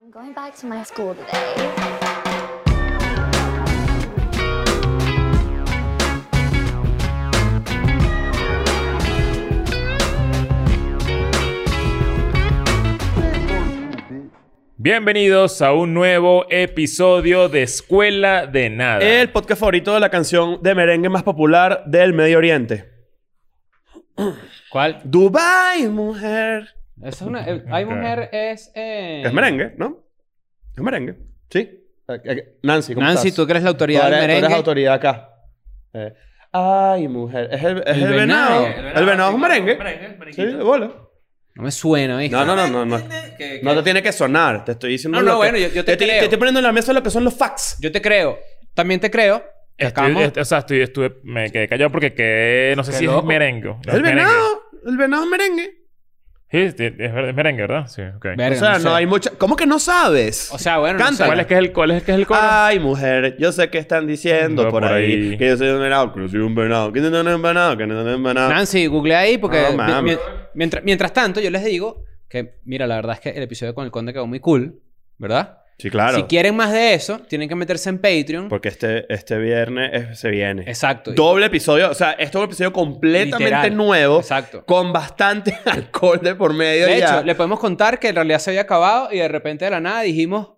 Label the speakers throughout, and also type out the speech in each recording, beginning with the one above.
Speaker 1: I'm going back to my school today.
Speaker 2: Bienvenidos a un nuevo episodio de Escuela de Nada.
Speaker 3: El podcast favorito de la canción de merengue más popular del Medio Oriente.
Speaker 4: ¿Cuál?
Speaker 3: Dubai, mujer.
Speaker 4: Esa es una, eh, hay
Speaker 2: Ok.
Speaker 4: mujer es... eh,
Speaker 3: Es merengue, ¿no? Es merengue. Sí. Aquí- aquí- Eh, Nancy, ¿cómo
Speaker 4: Nancy,
Speaker 3: estás?
Speaker 4: tú que eres la
Speaker 3: Tú
Speaker 4: autoridad
Speaker 3: eres-
Speaker 4: del
Speaker 3: tú eres
Speaker 4: merengue.
Speaker 3: autoridad acá. Eh, ay, mujer. Es el, es el venado. El venado es un merengue. Sí, de bola.
Speaker 4: No me suena, ¿viste?
Speaker 3: No, no, no, no. No, no te tiene que sonar. Te estoy diciendo.
Speaker 4: No, no,
Speaker 3: lo que-
Speaker 4: bueno, yo- yo te
Speaker 3: estoy-
Speaker 4: creo.
Speaker 3: Te estoy poniendo en la mesa lo que son los facts.
Speaker 4: Yo te creo. También te creo. que
Speaker 2: Estoy- este-
Speaker 4: acabamos-
Speaker 2: est- o sea, estoy, estuve, me quedé callado porque quedé, no sé
Speaker 4: Qué
Speaker 2: si es
Speaker 4: loco.
Speaker 2: merengue. No,
Speaker 3: Es el
Speaker 2: merengue.
Speaker 3: venado. El venado es merengue.
Speaker 2: Sí, es, es- es merengue, ¿verdad? Sí, ok.
Speaker 4: Verga,
Speaker 3: o sea, no,
Speaker 4: sé.
Speaker 3: hay mucha. ¿Cómo que no sabes?
Speaker 4: O sea, bueno,
Speaker 3: Canta.
Speaker 4: no sé.
Speaker 2: ¿Cuál es que es el, cuál es el que es el coro?
Speaker 3: Ay, mujer, yo sé que están diciendo
Speaker 2: No,
Speaker 3: por,
Speaker 2: por
Speaker 3: ahí,
Speaker 2: ahí.
Speaker 3: que yo soy un venado, que yo soy un venado, que no soy un venado, que no soy un venado.
Speaker 4: Nancy, google ahí porque...
Speaker 3: No,
Speaker 4: mi-
Speaker 3: mami.
Speaker 4: mi- mientras, mientras tanto, yo les digo que... Mira, la verdad es que el episodio con el conde quedó muy cool. ¿Verdad?
Speaker 3: Sí, claro.
Speaker 4: Si quieren más de eso, tienen que meterse en Patreon.
Speaker 3: Porque este, este viernes es- se viene.
Speaker 4: Exacto.
Speaker 3: Doble episodio, o sea, es todo un episodio completamente
Speaker 4: Literal.
Speaker 3: nuevo,
Speaker 4: Exacto.
Speaker 3: con bastante alcohol de por medio.
Speaker 4: De
Speaker 3: ya.
Speaker 4: hecho, le podemos contar que en realidad se había acabado y de repente de la nada dijimos,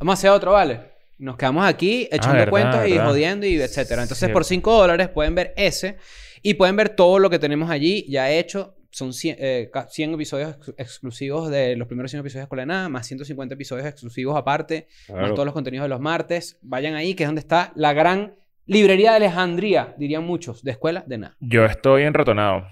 Speaker 4: vamos a hacer otro, ¿vale? Nos quedamos aquí echando
Speaker 2: Ah, verdad,
Speaker 4: cuentos
Speaker 2: verdad.
Speaker 4: y jodiendo y etcétera. Entonces,
Speaker 2: Cierto.
Speaker 4: por 5 dólares pueden ver ese y pueden ver todo lo que tenemos allí ya hecho. Son 100, eh, ca- 100 episodios ex- exclusivos de los primeros 100 episodios de Escuela de Nada, más 150 episodios exclusivos aparte, más
Speaker 3: Claro.
Speaker 4: todos los contenidos de los martes. Vayan ahí, que es donde está la gran librería de Alejandría, dirían muchos, de Escuela de Nada.
Speaker 2: Yo estoy enratonado.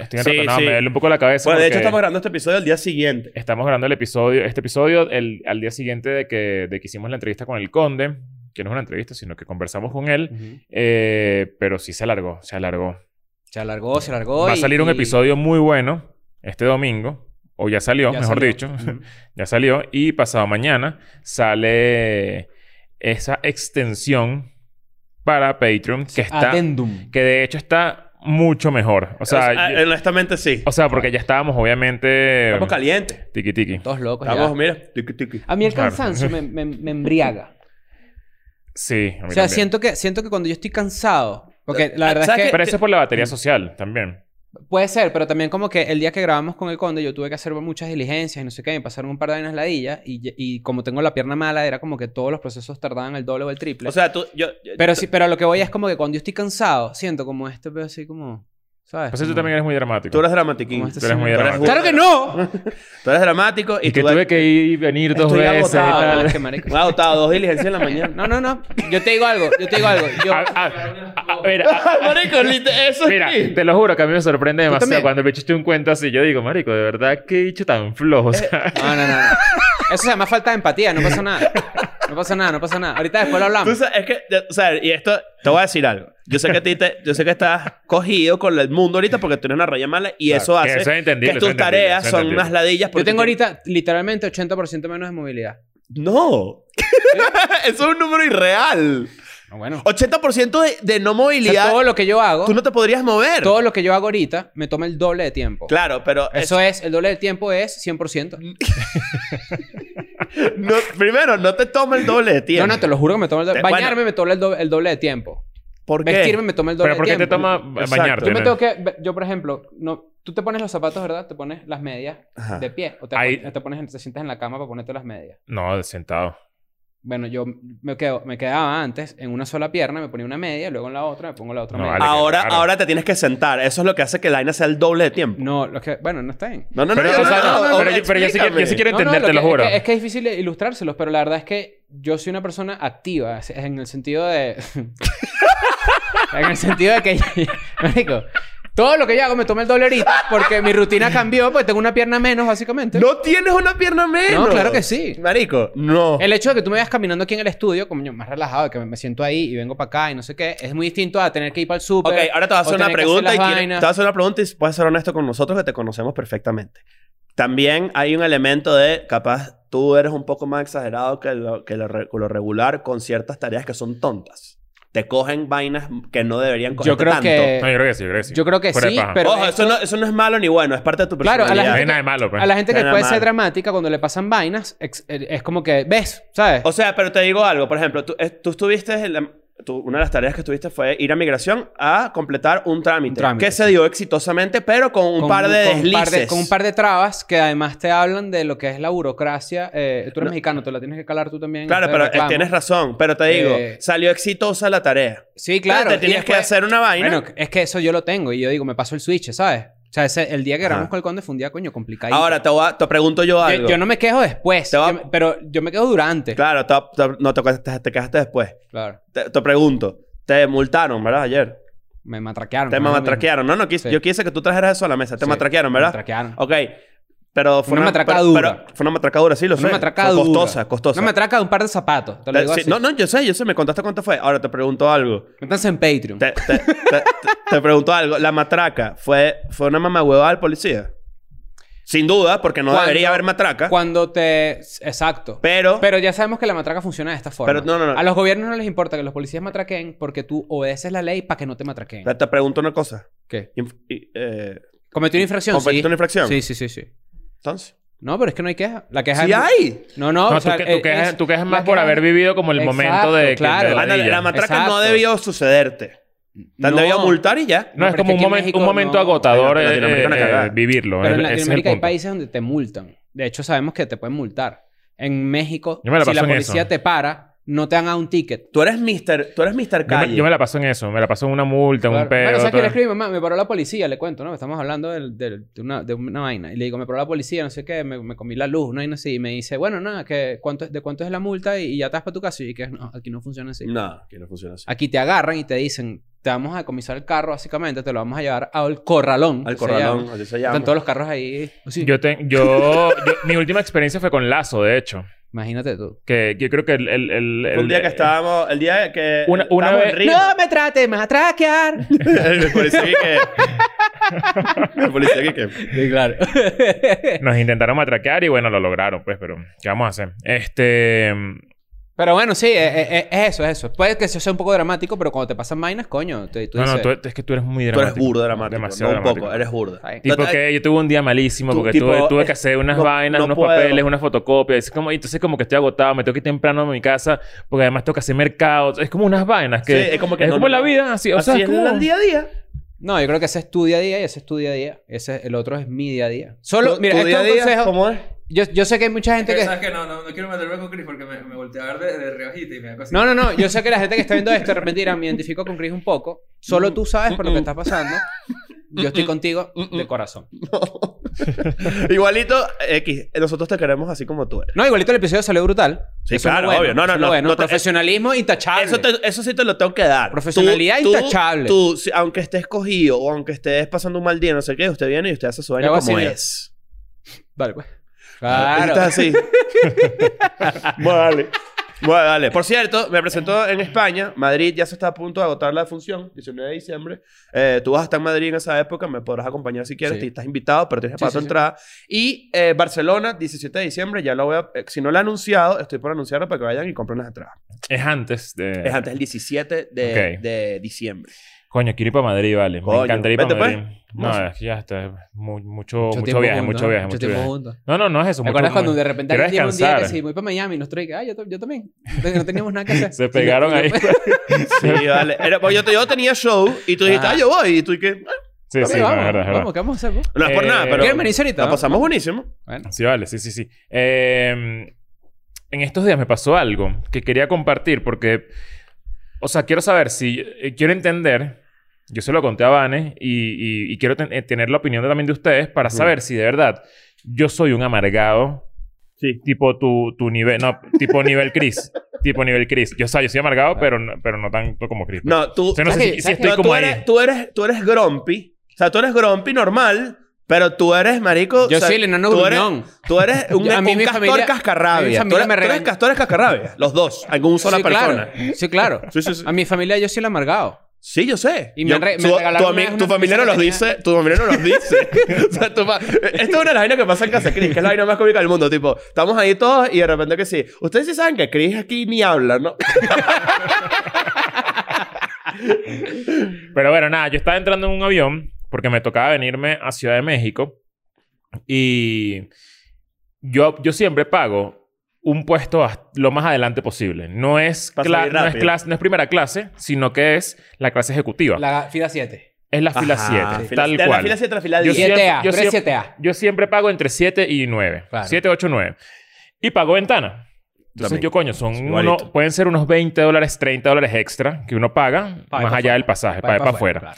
Speaker 2: Estoy
Speaker 3: Sí,
Speaker 2: enratonado.
Speaker 3: sí.
Speaker 2: Me duele un poco la cabeza.
Speaker 3: Bueno, de hecho
Speaker 2: porque
Speaker 3: estamos grabando este episodio el día siguiente.
Speaker 2: estamos grabando el episodio, este episodio el, al día siguiente de que, de que hicimos la entrevista con el conde, que no es una entrevista, sino que conversamos con él. Eh, pero sí se alargó, se alargó.
Speaker 4: Se alargó, se alargó.
Speaker 2: Va a
Speaker 4: y-
Speaker 2: salir un
Speaker 4: y-
Speaker 2: episodio muy bueno este domingo, o ya salió,
Speaker 4: Ya
Speaker 2: mejor
Speaker 4: salió.
Speaker 2: dicho,
Speaker 4: Ujú.
Speaker 2: ya salió, y pasado mañana sale esa extensión para Patreon que está,
Speaker 4: Addendum.
Speaker 2: que de hecho está mucho mejor. O
Speaker 3: O sea,
Speaker 2: sea, yo-
Speaker 3: Eh, honestamente sí.
Speaker 2: o sea, porque ya estábamos obviamente
Speaker 3: estamos calientes.
Speaker 2: tiki tiki.
Speaker 4: Todos locos. ya.
Speaker 3: Estamos, mira, tiki, tiki.
Speaker 4: A mí el
Speaker 2: Claro.
Speaker 4: cansancio me, me- me embriaga.
Speaker 2: Sí, a mí
Speaker 4: O sea,
Speaker 2: también. Eh,
Speaker 4: siento que, siento que cuando yo estoy cansado, porque la verdad
Speaker 3: ¿Sabes
Speaker 4: es que
Speaker 2: Pero eso es por la
Speaker 3: Mm.
Speaker 2: batería social también.
Speaker 4: puede ser, pero también como que el día que grabamos con el conde yo tuve que hacer muchas diligencias y no sé qué, me pasaron un par de vainas ladillas y, y como tengo la pierna mala era como que todos los procesos tardaban el doble o el triple.
Speaker 3: O sea, tú, yo... yo-
Speaker 4: pero sí, pero lo que voy es como que cuando yo estoy cansado, siento como este pero así como, ¿sabes?
Speaker 2: Entonces tú
Speaker 4: Como-
Speaker 2: Pues también eres muy dramático.
Speaker 3: tú eres dramatiquín.
Speaker 4: como este
Speaker 2: tú eres
Speaker 4: señor.
Speaker 2: muy
Speaker 3: Tú eres
Speaker 2: dramático.
Speaker 4: Claro que no.
Speaker 3: Tú eres dramático y,
Speaker 2: Y que
Speaker 3: tú
Speaker 2: tuve que ir y venir dos
Speaker 3: Estoy
Speaker 2: veces. y
Speaker 3: agotado.
Speaker 2: tal.
Speaker 4: Ah, no, es que marico.
Speaker 3: Me ha agotado dos diligencias en la mañana.
Speaker 4: No, no, no. Yo te digo algo, yo te digo algo. Yo,
Speaker 2: A- a- Ah, a- a- mira, a-
Speaker 3: Marico, lite- eso
Speaker 2: Mira,
Speaker 3: sí.
Speaker 2: te lo juro que a mí me sorprende demasiado
Speaker 4: también?
Speaker 2: cuando me echaste un cuento así. Yo digo, marico, de verdad, qué bicho tan flojo.
Speaker 4: Eh,
Speaker 2: O sea,
Speaker 4: No, no, no. no. Eso se llama falta de empatía, no pasa nada. No pasa nada, no pasa nada. Ahorita después lo
Speaker 3: Tú
Speaker 4: hablamos.
Speaker 3: sabes, es que, ya- o sea, y esto, te voy a decir algo. Yo sé que a ti te, yo sé que estás cogido con el mundo ahorita porque tú eres una raya mala y eso
Speaker 2: que
Speaker 3: hace
Speaker 2: eso es entendible,
Speaker 3: que
Speaker 2: eso
Speaker 3: tus
Speaker 2: es entendible,
Speaker 3: tareas
Speaker 2: eso es
Speaker 3: son
Speaker 2: entendible.
Speaker 3: unas ladillas.
Speaker 4: Yo
Speaker 3: porque
Speaker 4: tengo
Speaker 3: tú-
Speaker 4: ahorita literalmente 80% menos de movilidad.
Speaker 3: No. eso es un número irreal.
Speaker 4: No, bueno.
Speaker 3: 80% de, de no
Speaker 4: O sea,
Speaker 3: movilidad.
Speaker 4: todo lo que yo hago,
Speaker 3: Tú no te podrías mover.
Speaker 4: todo lo que yo hago ahorita me toma el doble de tiempo.
Speaker 3: Claro, pero
Speaker 4: Eso es, el doble de tiempo es 100%.
Speaker 3: es- no- primero, no te toma el doble de
Speaker 4: No,
Speaker 3: tiempo.
Speaker 4: no, te lo juro que me toma el doble.
Speaker 3: Bueno.
Speaker 4: Bañarme me toma el doble, el doble de tiempo.
Speaker 3: ¿Por qué?
Speaker 4: Vestirme me toma el doble
Speaker 2: pero ¿por
Speaker 4: de
Speaker 2: qué te
Speaker 4: tiempo.
Speaker 2: toma
Speaker 3: Exacto.
Speaker 2: bañarte?
Speaker 4: Yo me
Speaker 2: no?
Speaker 4: tengo que... Yo, por ejemplo, no... Tú te pones los zapatos, ¿verdad? Te pones las medias
Speaker 3: Ajá.
Speaker 4: de pie. O te,
Speaker 2: Ahí-
Speaker 4: pon- te, pones, en- te sientas en la cama para ponerte las medias.
Speaker 2: No, de sentado.
Speaker 4: Bueno, yo me, quedo, me quedaba antes en una sola pierna, me ponía una media, luego en la otra, me pongo la otra
Speaker 2: No,
Speaker 4: media.
Speaker 2: vale.
Speaker 3: Ahora,
Speaker 2: claro.
Speaker 3: ahora te tienes que sentar. Eso es lo que hace que la vaina sea el doble de tiempo.
Speaker 4: No, lo que, bueno, no está bien.
Speaker 3: No, no,
Speaker 2: Pero,
Speaker 3: no,
Speaker 2: o
Speaker 3: no,
Speaker 2: sea,
Speaker 3: no,
Speaker 2: no,
Speaker 3: no,
Speaker 2: pero yo- pero yo sí que- yo sí
Speaker 3: explícame.
Speaker 2: quiero
Speaker 4: No, no,
Speaker 2: entender,
Speaker 4: lo
Speaker 2: te lo
Speaker 4: que-
Speaker 2: juro.
Speaker 4: Es que, es que es difícil ilustrárselos, pero la verdad es que yo soy una persona activa, es- en el sentido de... en el sentido de que... Marico, todo lo que yo hago me toma el doble ahorita porque mi rutina cambió, porque tengo una pierna menos, básicamente.
Speaker 3: No tienes una pierna menos.
Speaker 4: No, claro que sí.
Speaker 3: Marico, no.
Speaker 4: El hecho de que tú me veas caminando aquí en el estudio, como más relajado, de que me- me siento ahí y vengo para acá y no sé qué, es muy distinto a tener que ir para el súper.
Speaker 3: Ok, ahora te vas a hacer
Speaker 4: o
Speaker 3: una
Speaker 4: tener que
Speaker 3: pregunta y
Speaker 4: hacer las
Speaker 3: quiero- te
Speaker 4: vainas.
Speaker 3: vas a hacer una pregunta y puedes ser honesto con nosotros que te conocemos perfectamente. También hay un elemento de capaz tú eres un poco más exagerado que lo, que lo, re- que lo regular con ciertas tareas que son tontas. te cogen vainas que no deberían coger
Speaker 4: Yo creo
Speaker 3: tanto.
Speaker 2: No,
Speaker 4: que...
Speaker 2: yo creo que sí, yo creo que sí.
Speaker 4: Yo creo que
Speaker 2: Fuera de
Speaker 4: sí,
Speaker 2: paja.
Speaker 4: pero
Speaker 3: Ojo,
Speaker 4: esto-
Speaker 3: eso no, eso no es malo ni bueno, es parte de tu
Speaker 4: Claro, a la
Speaker 2: No
Speaker 3: personalidad.
Speaker 2: hay
Speaker 4: gente-
Speaker 2: nada de malo, pues.
Speaker 4: A la gente que
Speaker 3: Nada
Speaker 4: puede
Speaker 3: mal.
Speaker 4: ser dramática cuando le pasan vainas, ex- eh, es como que, ¿ves? ¿Sabes?
Speaker 3: O sea, pero te digo algo. Por ejemplo, tú, eh, tú estuviste... en la- tú- una de las tareas que tuviste fue ir a migración a completar un trámite.
Speaker 4: Un trámite,
Speaker 3: que se dio exitosamente, pero con un
Speaker 4: Con
Speaker 3: par de
Speaker 4: con un
Speaker 3: deslices.
Speaker 4: par de- con un par de trabas que además te hablan de lo que es la burocracia. Eh, tú eres mexicano, te la tienes que calar tú también.
Speaker 3: Claro,
Speaker 4: este
Speaker 3: pero eh,
Speaker 4: reclamo.
Speaker 3: tienes razón. Pero te digo,
Speaker 4: Eh,
Speaker 3: salió exitosa la tarea.
Speaker 4: Sí, claro.
Speaker 3: Pero te
Speaker 4: y
Speaker 3: tenías
Speaker 4: después-
Speaker 3: que hacer una vaina.
Speaker 4: Bueno, es que eso yo lo tengo y yo digo, me paso el switch, ¿sabes? O sea, ese- el día que grabamos
Speaker 3: Ajá.
Speaker 4: con el conde fue un día, coño, complicadito.
Speaker 3: Ahora te, voy a- te pregunto yo algo.
Speaker 4: yo, yo no me quejo después,
Speaker 3: Te va-
Speaker 4: yo me- pero yo me quejo durante.
Speaker 3: Claro, te- te- no te, te- te quedaste después.
Speaker 4: Claro.
Speaker 3: Te, te pregunto, te multaron, ¿verdad? Ayer.
Speaker 4: Me matraquearon. no
Speaker 3: Te
Speaker 4: es lo mismo.
Speaker 3: matraquearon. No, no, quis-
Speaker 4: Sí.
Speaker 3: yo quise que tú trajeras eso a la mesa. Te
Speaker 4: Sí,
Speaker 3: matraquearon,
Speaker 4: me
Speaker 3: ¿verdad?
Speaker 4: matraquearon.
Speaker 3: Ok. Pero fue
Speaker 4: Una
Speaker 3: una,
Speaker 4: matraca
Speaker 3: pero-
Speaker 4: dura.
Speaker 3: pero fue una matracadura, sí, lo sé.
Speaker 4: Una matraca
Speaker 3: Fue
Speaker 4: dura.
Speaker 3: Costosa, costosa.
Speaker 4: Una matraca de un par de zapatos. Te lo
Speaker 3: Te-
Speaker 4: digo
Speaker 3: Eh, sí,
Speaker 4: así.
Speaker 3: No, no, yo sé, yo sé. Me contaste cuánto fue. Ahora te pregunto algo.
Speaker 4: Métanse en Patreon.
Speaker 3: Te, te- te- te- te pregunto algo. La matraca fue, fue una mamahuevada al policía. Sin duda, porque no
Speaker 4: Cuando-
Speaker 3: debería haber matraca.
Speaker 4: Cuando te... Exacto.
Speaker 3: Pero,
Speaker 4: Pero ya sabemos que la matraca funciona de esta forma.
Speaker 3: Pero no, no, no.
Speaker 4: A los gobiernos no les importa que los policías matraquen porque tú obedeces la ley para que no te matraquen.
Speaker 3: te pregunto una cosa.
Speaker 4: ¿Qué?
Speaker 3: Inf- y- eh,
Speaker 4: ¿Cometí una infracción?
Speaker 3: ¿Cometiste
Speaker 4: sí.
Speaker 3: una infracción?
Speaker 4: Sí, sí, sí, sí.
Speaker 3: entonces.
Speaker 4: No, pero es que no hay queja. La queja
Speaker 3: ¡Sí
Speaker 4: es...
Speaker 3: hay!
Speaker 4: No, no.
Speaker 2: No,
Speaker 4: o sea,
Speaker 2: tú, que-
Speaker 4: eh,
Speaker 2: tú quejas,
Speaker 4: es-
Speaker 2: tú quejas más
Speaker 4: la
Speaker 2: por
Speaker 4: queja-
Speaker 2: haber vivido como el
Speaker 4: Exacto,
Speaker 2: momento de que
Speaker 4: claro.
Speaker 2: de la
Speaker 3: Ándale,
Speaker 2: ladilla.
Speaker 3: la matraca no
Speaker 4: Exacto.
Speaker 3: debió sucederte. Te han
Speaker 4: No.
Speaker 3: debido multar y ya.
Speaker 2: No,
Speaker 4: No,
Speaker 2: es
Speaker 4: pero
Speaker 2: como
Speaker 4: es que
Speaker 2: un,
Speaker 4: aquí en
Speaker 2: momen-
Speaker 4: México
Speaker 2: un momento
Speaker 4: no.
Speaker 2: agotador
Speaker 3: En
Speaker 2: eh,
Speaker 3: Latinoamérica una
Speaker 2: eh,
Speaker 3: cagada.
Speaker 2: vivirlo.
Speaker 4: Pero en
Speaker 2: Ese es el
Speaker 4: Latinoamérica hay
Speaker 2: punto.
Speaker 4: países donde te multan. De hecho, sabemos que te pueden multar. En México,
Speaker 2: Yo me la
Speaker 4: si
Speaker 2: paso
Speaker 4: la
Speaker 2: en
Speaker 4: policía
Speaker 2: eso.
Speaker 4: te para, no te dan a un ticket.
Speaker 3: Tú eres Mr. Tú eres Mr.
Speaker 2: Yo me-
Speaker 3: Calle.
Speaker 2: Yo me, la paso en eso. Me la paso en una multa,
Speaker 4: Claro.
Speaker 2: un pedo.
Speaker 4: Bueno, ¿sabes qué
Speaker 2: todo.
Speaker 4: le escribí, mamá? Me paró la policía, le cuento, ¿no? Estamos hablando del- del- de, una, de una vaina. Y le digo, me paró la policía, no sé qué, me, me comí la luz, una vaina así. Y me dice, bueno, nada, que cuánto, ¿de cuánto es la multa? Y, y ya te vas para tu casa. Y que no, aquí no funciona así.
Speaker 3: No, que no funciona así.
Speaker 4: Aquí te agarran y te dicen, te vamos a decomisar el carro, básicamente, te lo vamos a llevar al corralón.
Speaker 3: Al
Speaker 4: que se
Speaker 3: corralón,
Speaker 4: llama.
Speaker 3: así se llama.
Speaker 4: Están todos los carros ahí. Sí.
Speaker 2: Yo, te- yo, yo- mi última experiencia fue con Lazo, de hecho.
Speaker 4: Imagínate tú.
Speaker 2: Que yo creo que el... el, el-
Speaker 3: Fue un
Speaker 2: el-
Speaker 3: día que estábamos... El día que...
Speaker 2: Una- una
Speaker 3: estábamos
Speaker 2: vez-
Speaker 3: en Río.
Speaker 4: ¡No me trates más atraquear!
Speaker 3: el policía que... el policía que... que-
Speaker 4: Sí, claro.
Speaker 2: Nos intentaron matraquear y bueno, lo lograron, pues, pero ¿qué vamos a hacer? Este.
Speaker 4: pero bueno, sí, eh, eh, eh, es eso, es eso. Puede que eso sea un poco dramático, pero cuando te pasan vainas, coño, te- tú
Speaker 2: no, no,
Speaker 4: dices,
Speaker 2: tú- es que tú eres muy
Speaker 3: Tú
Speaker 2: dramático.
Speaker 3: eres burda dramático.
Speaker 2: Demasiado
Speaker 3: no un
Speaker 2: dramático.
Speaker 3: poco. Eres burda.
Speaker 4: Está bien.
Speaker 3: No
Speaker 2: Tipo
Speaker 3: te-
Speaker 2: que yo tuve un día malísimo
Speaker 3: Tú,
Speaker 2: porque
Speaker 3: tipo,
Speaker 2: tuve, tuve
Speaker 3: es-
Speaker 2: que hacer unas
Speaker 3: no-
Speaker 2: vainas,
Speaker 3: no
Speaker 2: unos
Speaker 3: puedo.
Speaker 2: papeles, unas fotocopias. Es como, entonces como que estoy agotado, me tengo que ir temprano a mi casa porque además tengo que hacer mercados. Es como unas vainas que...
Speaker 3: Sí, es como que no, no,
Speaker 2: la
Speaker 3: no.
Speaker 2: vida, así. O sea,
Speaker 3: Así
Speaker 2: es
Speaker 3: es
Speaker 2: como...
Speaker 3: el día a día.
Speaker 4: No, yo creo que ese es tu día a día y ese es tu día a día. Ese, el otro es mi día a día. Solo,
Speaker 3: Tu-
Speaker 4: mira,
Speaker 3: tu
Speaker 4: esto
Speaker 3: día a
Speaker 4: es un
Speaker 3: día,
Speaker 4: consejo.
Speaker 3: ¿Cómo es?
Speaker 4: Yo, yo sé que hay mucha gente que...
Speaker 5: ¿Sabes que no, no, no quiero meterme con Chris porque me, me volteé a ver de, de reojita y me da cosita.
Speaker 4: No, no, no. Yo sé que la gente que está viendo esto de repente dirá, me identifico con Chris un poco.
Speaker 3: Mm,
Speaker 4: Solo tú sabes por lo que está pasando. Yo estoy contigo
Speaker 3: mm.
Speaker 4: de corazón.
Speaker 3: Igualito, X, nosotros te queremos así como tú eres.
Speaker 4: No, igualito el episodio salió brutal.
Speaker 3: Sí,
Speaker 4: Eso es lo
Speaker 3: claro, obvio. No,
Speaker 4: eso
Speaker 3: no,
Speaker 4: es lo
Speaker 3: no,
Speaker 4: bueno.
Speaker 3: no te-
Speaker 4: Profesionalismo intachable.
Speaker 3: Eso, te- eso sí te lo tengo que dar.
Speaker 4: Profesionalidad
Speaker 3: Tú- tú-
Speaker 4: intachable.
Speaker 3: Tú, si- aunque estés cogido o aunque estés pasando un mal día, no sé qué, usted viene y usted hace su vaina
Speaker 4: Luego
Speaker 3: como
Speaker 4: así, mira.
Speaker 3: es.
Speaker 4: Vale, pues.
Speaker 3: Así
Speaker 4: Claro.
Speaker 3: Estás así. bueno, dale. Bueno, dale. Por cierto, me presentó en España. Madrid ya se está a punto de agotar la función, 19 de diciembre. Eh, tú vas a estar en Madrid en esa época, me podrás acompañar si quieres.
Speaker 4: Sí.
Speaker 3: Te estás invitado, pero tienes que
Speaker 4: Sí,
Speaker 3: pagar
Speaker 4: sí,
Speaker 3: tu
Speaker 4: sí.
Speaker 3: entrada. Y eh, Barcelona, 17 de diciembre, ya lo voy a... eh, si no lo he anunciado, estoy por anunciarlo para que vayan y compren las entradas.
Speaker 2: Es antes de...
Speaker 3: Es antes del 17 de,
Speaker 2: Ok.
Speaker 3: de diciembre.
Speaker 2: Coño, quiero ir para Madrid, vale.
Speaker 3: Coño,
Speaker 2: Me encantaría ir para
Speaker 3: vete, pues.
Speaker 2: Madrid.
Speaker 3: Vamos.
Speaker 2: No, es que ya está. mu- Mucho, mucho,
Speaker 4: tiempo
Speaker 2: viaje,
Speaker 4: juntos,
Speaker 2: mucho
Speaker 4: ¿no?
Speaker 2: viaje,
Speaker 4: Mucho
Speaker 2: mucho
Speaker 4: tiempo
Speaker 2: viaje.
Speaker 4: juntos.
Speaker 2: No, no, no es eso.
Speaker 4: ¿Te
Speaker 2: mucho-
Speaker 4: acuerdas cuando
Speaker 2: mucho-
Speaker 4: de repente
Speaker 2: Quiero
Speaker 4: alguien llegó un día que
Speaker 2: descansar.
Speaker 4: sí, voy para Miami y nosotros dije, ah, yo, ta- "Ah, yo también. Entonces, No teníamos nada que hacer.
Speaker 2: Se pegaron ahí. pues.
Speaker 3: Sí, vale. Era- porque yo, te- yo tenía show y tú dijiste,
Speaker 4: Ah.
Speaker 3: ah, yo voy. Y tú y que...
Speaker 2: Sí, sí,
Speaker 4: Sí,
Speaker 2: no,
Speaker 4: vamos,
Speaker 2: es verdad, es verdad.
Speaker 4: vamos, ¿qué vamos a hacer? pues?
Speaker 3: No es por
Speaker 2: Eh,
Speaker 3: nada, pero...
Speaker 4: ¿Quieren venirse ahorita?
Speaker 3: La pasamos buenísimo.
Speaker 4: Bueno.
Speaker 2: Sí, vale, sí, sí, sí. Eh, en estos días me pasó algo que quería compartir porque, o sea, quiero saber si, eh, quiero entender, yo se lo conté a Vanes y, y- y quiero ten- eh, tener la opinión de- también de ustedes para
Speaker 3: Ujú.
Speaker 2: saber si de verdad yo soy un amargado.
Speaker 3: Sí.
Speaker 2: Tipo tu, tu nivel, no, tipo nivel Chris. tipo nivel Chris. Yo, o sea, yo soy
Speaker 3: Ah.
Speaker 2: amargado, pero, no- pero no tanto como Chris.
Speaker 3: No, tú...
Speaker 2: O sea, no sé
Speaker 4: ¿Sabes qué?
Speaker 2: si, si
Speaker 4: ¿Sabes
Speaker 2: estoy
Speaker 3: No,
Speaker 2: como
Speaker 3: tú,
Speaker 2: ahí.
Speaker 3: eres, tú, eres, tú eres grumpy. O sea, tú eres grumpy normal, pero tú eres marico.
Speaker 4: Yo
Speaker 3: o sea,
Speaker 4: soy el enano
Speaker 3: tú eres-
Speaker 4: gruñón.
Speaker 3: Tú eres un,
Speaker 4: Yo- a mí
Speaker 3: un
Speaker 4: mi
Speaker 3: castor
Speaker 4: familia- a mí mi
Speaker 3: cascarrabia.
Speaker 4: familia
Speaker 3: Tú eres,
Speaker 4: me
Speaker 3: tú eres
Speaker 4: regaña.
Speaker 3: castores cascarrabia. Los dos. Algún sola
Speaker 4: sí,
Speaker 3: persona.
Speaker 4: Claro. Sí, claro.
Speaker 3: Sí, sí, sí.
Speaker 4: A mi familia yo soy el amargado.
Speaker 3: Sí, yo sé.
Speaker 4: Y me
Speaker 3: Yo-
Speaker 4: re- me
Speaker 3: tu,
Speaker 4: regalaron
Speaker 3: tu,
Speaker 4: una
Speaker 3: ami-
Speaker 4: vez
Speaker 3: tu
Speaker 4: una
Speaker 3: familia no
Speaker 4: camisa
Speaker 3: los
Speaker 4: que
Speaker 3: dice. Tu familia no los dice. o sea, tu fa- Esta es una de las vainas que pasa en casa de Chris, que es la vaina más cómica del mundo. Tipo, estamos ahí todos y de repente que sí. Ustedes sí saben que Chris aquí ni habla, ¿no?
Speaker 2: Pero bueno, nada, yo estaba entrando en un avión porque me tocaba venirme a Ciudad de México y yo, yo siempre pago un puesto hasta- lo más adelante posible. No es,
Speaker 3: Para
Speaker 2: cla-
Speaker 3: salir
Speaker 2: no es,
Speaker 3: rápido.
Speaker 2: clase- no es primera clase, sino que es la clase ejecutiva.
Speaker 4: La fila 7.
Speaker 2: es la fila
Speaker 3: Ajá,
Speaker 2: 7,
Speaker 3: fila-
Speaker 2: tal
Speaker 3: de La
Speaker 2: cual.
Speaker 3: fila 7 a la fila
Speaker 2: Yo
Speaker 3: 10.
Speaker 2: siempre-
Speaker 4: 7A, pero
Speaker 2: yo
Speaker 4: es
Speaker 2: siempre-
Speaker 4: 7A.
Speaker 2: Yo siempre pago entre 7 y 9.
Speaker 4: Claro.
Speaker 2: 7, 8, 9. Y pago ventana. Entonces
Speaker 3: También.
Speaker 2: yo, coño, son
Speaker 3: Igualito.
Speaker 2: uno- pueden ser unos 20 dólares, 30 dólares extra que uno paga
Speaker 4: Pa' ir
Speaker 2: más
Speaker 4: pa'
Speaker 2: allá
Speaker 4: fuera.
Speaker 2: del pasaje,
Speaker 4: Pa'
Speaker 2: para
Speaker 4: ir
Speaker 2: ir
Speaker 4: pa'
Speaker 2: para afuera.
Speaker 4: fuera,